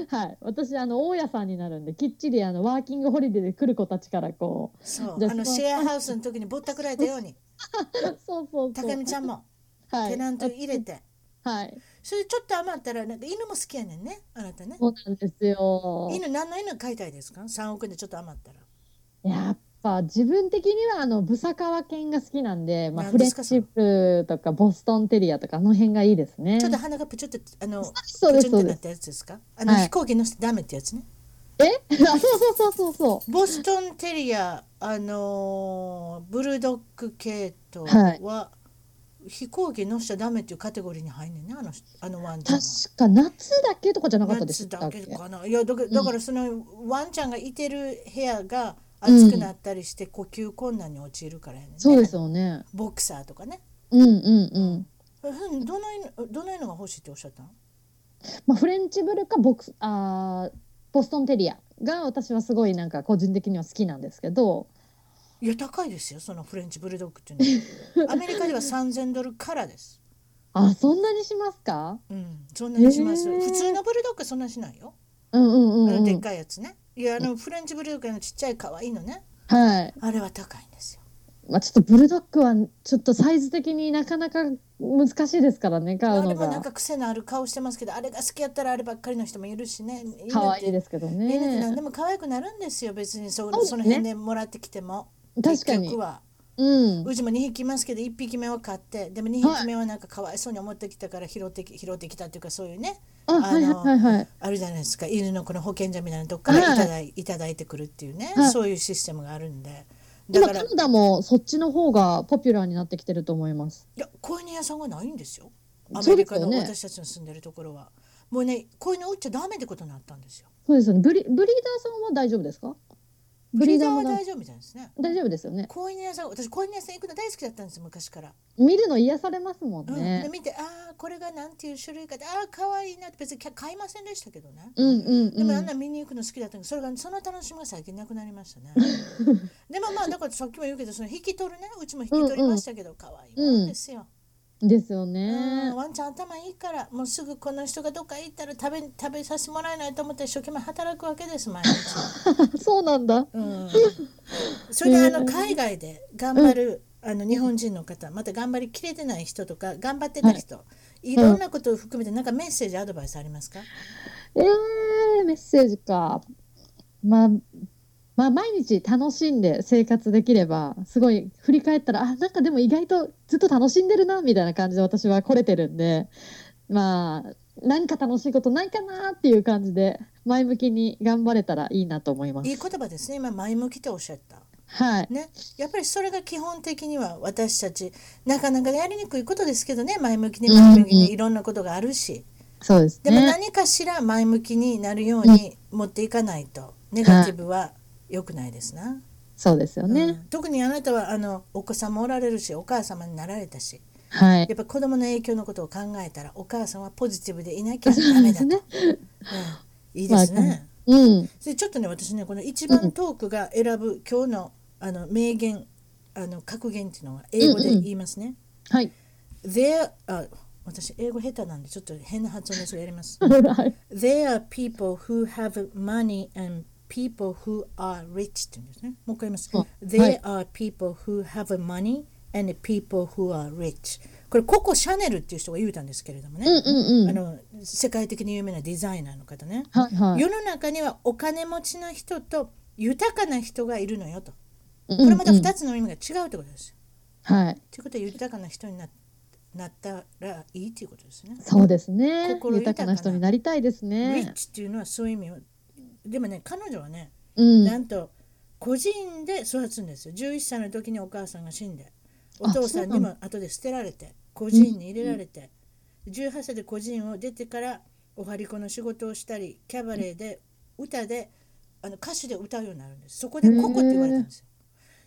はい、私あの大家さんになるんできっちりあのワーキングホリデーで来る子たちからこう
そう
じゃあ
あのシェアハウスの時にぼったくられたように
そうそうそう
高見ちゃんも
は
テ
い
ナント入れて
はい
それちょっと余ったらなんか犬も好きやねんねあなたね
そうなんですよ
犬何の犬飼いたいですか3億円でちょっと余ったら
やっぱ自分的にはあのブサカワ犬が好きなんで、まあ、
何
フ
で
レ
すか
ッシブとかボストンテリアとかあの辺がいいですね。
ちょっと鼻がプチュってあの
そうで
プチ
す
ュっ
そ
て
う
なっ
です。
たやつですかあの、
はい
飛行機乗せてダメってやつね
あそうそうそうそうそ
ボストンテリアあのーブルドッグ系統
は、
はい飛行機乗せちゃダメっていうカテゴリーに入んねんねあの人あのワン
う。
ちゃん
確
は
か夏だけとかじゃなかったでし
夏
た
だ
っ
け
け。
かないやだけだからそのワンちゃんがいてる部屋が暑くなったりして呼吸困難に陥るからやねんね、
そうですよね。
ボクサーとかね
うんうんうん。
えうんどないのどないのが欲しいっておっしゃったの
まあフレンチブルかボクスあーボストンテリアが私はすごいなんか個人的には好きなんですけど。
いや高いですよそのフレンチブルドッグっていうの はアメリカでは3000ドルからです
あそんなにしますか。
うんそんなにします、
へー
普通のブルドッグそんなしないよ
うんうん
あ
う
の
ん、う
でっ
ん。
かいやつねいやあのフレンチブルドッグのちっちゃい可愛いのね
はい。
あれは高いんですよ
まあ、ちょっとブルドッグはちょっとサイズ的になかなか難しいですからね
あ
買う
れ
の
もなん
が
か癖のある顔してますけどあれが好きやったらあればっかりの人もいるしね犬って
可愛いですけど
犬って何
ね
でも可愛くなるんですよ別にそ,、
そうですね
その辺でもらってきても
確か
結
に
局、は
うん、
うちも2匹いますけど1匹目は買ってでも2
は
匹
い
目はなんかかわいそうに思ってきたから拾ってき拾ってきたっていうかそういうね
あはいはいはいはい
あるじゃないですか犬のこの保険者みたいなとこか
は
ら
い
いただい,、い、ただいてくるっていうね、
はい
そういうシステムがあるんでだ
今
から
カ
い
ナダもそっちの方がポピュラーになってきてると思います
や子犬屋さんがないんですよア
そ
メ
うで
リ
す
カ
よ
の
ね
私たちの住んでるところは、もうね子犬を売っちゃダメってことになったんですよ
そうですよねブリブリーダーさんは大丈夫ですかブ
ブ
リ
リ
ー
ー
ダ
ダ
ー
ー
も
は
大
大丈夫みたいですね
大丈夫ですよね
子犬屋さん私子犬屋さん行くの大好きだったんですよ昔から、
見るの癒されますもん
うんで
ね、
見てああこれがなんていう種類かでああ可愛いなって別に買いませんでしたけどね、
うん、うんうん
でもあんな見に行くの好きだったんどそれがその楽しみが最近なくなりました ね。でもまあだからさっきも言うけどその引き取るねうちも引き取りましたけど可愛いもんですよ。
です
う
よ
ん
ね
ワンちゃん頭いいからもうすぐこの人がどっか行ったら食べ食べさせてもらえないと思って一生懸命働くわけです毎日。
そうなんだ
うん、 それであの海外で頑張る、あの日本人の方また頑張りきれてない人とか頑張ってた人、い、ろんなことを含めてなんかメッセージアドバイスありますか、
えー、メッセージか。まあ、まあ、毎日楽しんで生活できれば、すごい振り返ったら、あ、なんかでも意外とずっと楽しんでるな、みたいな感じで私は来れてるんで、まあ、何か楽しいことないかなっていう感じで、前向きに頑張れたらいいなと思います。
いい言葉ですね今前向きっておっしゃった。
はい。
ね、やっぱりそれが基本的には私たちなかなかやりにくいことですけどね前向きに
うん
前向きにいろんなことがあるし、
そうです
でも
ね。
何かしら前向きになるように持っていかないとネガティブは良くないですな、
そうですよね。
うん特にあなたはあのお子さんもおられるしお母様になられたし
はい。
やっぱ子供の影響のことを考えたらお母さんはポジティブでいなきゃダメだと、
そう
うんいいですね、
まあうん。
でちょっとね私ねこの一番トークが選ぶ、今日のあの名言あの格言っていうのは英語で言いますね。
はい。
There あ私英語下手なんでちょっと変な発音ですがやります。
はい。
There are people who have money and people who are rich って言うんですね。もう一回言います。
はい
There are people who have money and people who are rich。これココ・シャネルっていう人が言うたんですけれどもね、
うんうんうん
あの世界的に有名なデザイナーの方ね。
はい。はい。
世の中にはお金持ちな人と豊かな人がいるのよと。
こ
これまた2つの意味が違うってことですよ。
はい。
ということは豊かな人にななったらいいということですね。
そうですね。
心豊か
豊か
な
な人になりたいです
リ
ね
ッ。チっていうのはそういう意味を。でもね彼女はね、
うん。
なんと個人で育つんですよ。11歳の時にお母さんが死んでお父さんにも後で捨てられて個人に入れられて、18歳で個人を出てからおはりこの仕事をしたりキャバレーで歌であの歌手で歌うようになるんです。そこでココって言われたんですよ。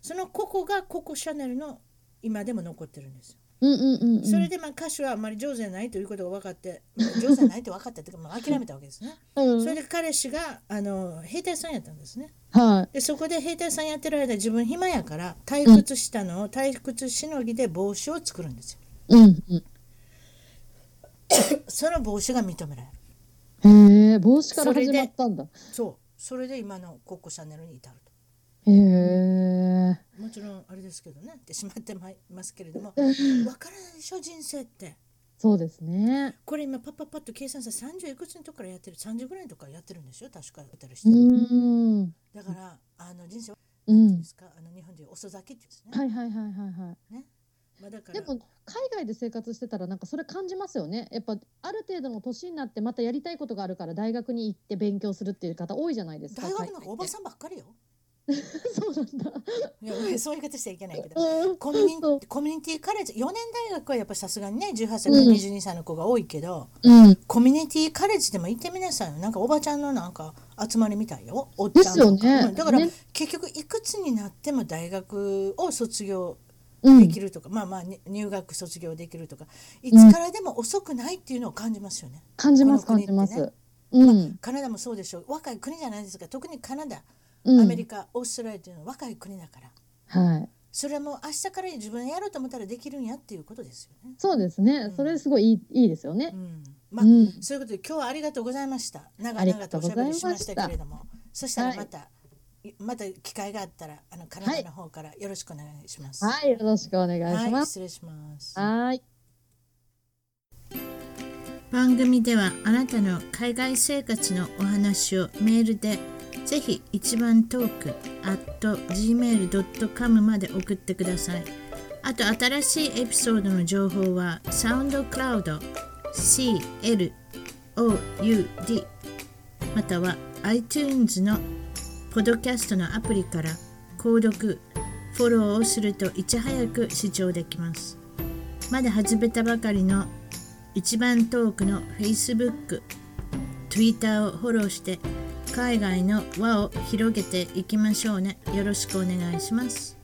そのココがココシャネルの今でも残ってるんですよ。
うんうんうんうん。
それでまあ歌手はあまり上手じゃないということが分かって、まあ上手じゃないって分かったというか、まあ、諦めたわけですね。
うん
それで彼氏があの兵隊さんやったんですね。
は
でそこで兵隊さんやってる間自分暇やから退屈したのを退屈しのぎで帽子を作るんです
い。うんう
よ。その帽子が認められる。
ん。へえ、帽子から
それ
始
で
まったんだ。
そう。それで今のココシャネルに至ると。
へえ。
もちろんあれですけどねってしまってまいますけれども分からないでしょ人生って。
そうですね。
これ今パッパッパッと計算したら30いくつのとこからやってる30ぐらいのとこからやってるんでしょ確かやったりし
う
て。
ーん。
だからあの人生
うん
ですか、あの日本でいう遅咲きっていうんですね、
はいはいはいはいはい。
まあ、だから
でも海外で生活してたらなんかそれ感じますよねやっぱある程度の年になってまたやりたいことがあるから大学に行って勉強するっていう方多いじゃないですか
大学なんかおば
ん
さんばっかりよ
そうなんだ
いやそういう言い方しちゃいけないけど
うん
コミュニ
そう
コミュニティカレッジ4年大学はやっぱさすがにね18歳から22歳の子が多いけど、
うん
コミュニティカレッジでも行ってみなさいよなんかおばちゃんのなんか集まりみたいよおっちゃん
ですよ
とか
ね
うんだから、
ね
結局いくつになっても大学を卒業
う
で
ん
きるとか、まあまあに入学卒業できるとかいつからでも遅くないっていうのを感じますよね、
感じます
この
感
国っ
じ
て
ま
ね
すうん
カナダもそうでしょう若い国じゃないですか特にカナダ
うん
アメリカ、オーストラリアっていうのは若い国だから
はい
それはもう明日から自分でやろうと思ったらできるんやっていうことですよね。
そうですねそれすごいいいいいですよね
うん、まあ、
うん
そういうことで今日はありがとうございました。長
あり
々
が
と
と
お
う
し
ご
ゃべ
ざい
り
ま
し
した
ましたけれども、そしたらまた、いまた機会があったらあのカナダの方からよろしくお願いします。
はいよろしくお願いし
はい
ます
失礼します。
はい
番組ではあなたの海外生活のお話をメールでぜひ一番トーク at gmail.com まで送ってくださいあと新しいエピソードの情報はサウンドクラウド CLOUD または iTunes のポッドキャストのアプリから購読フォローをするといち早く視聴できますまだ始めたばかりの一番トークの Facebook、Twitter をフォローして海外の輪を広げていきましょうね。よろしくお願いします。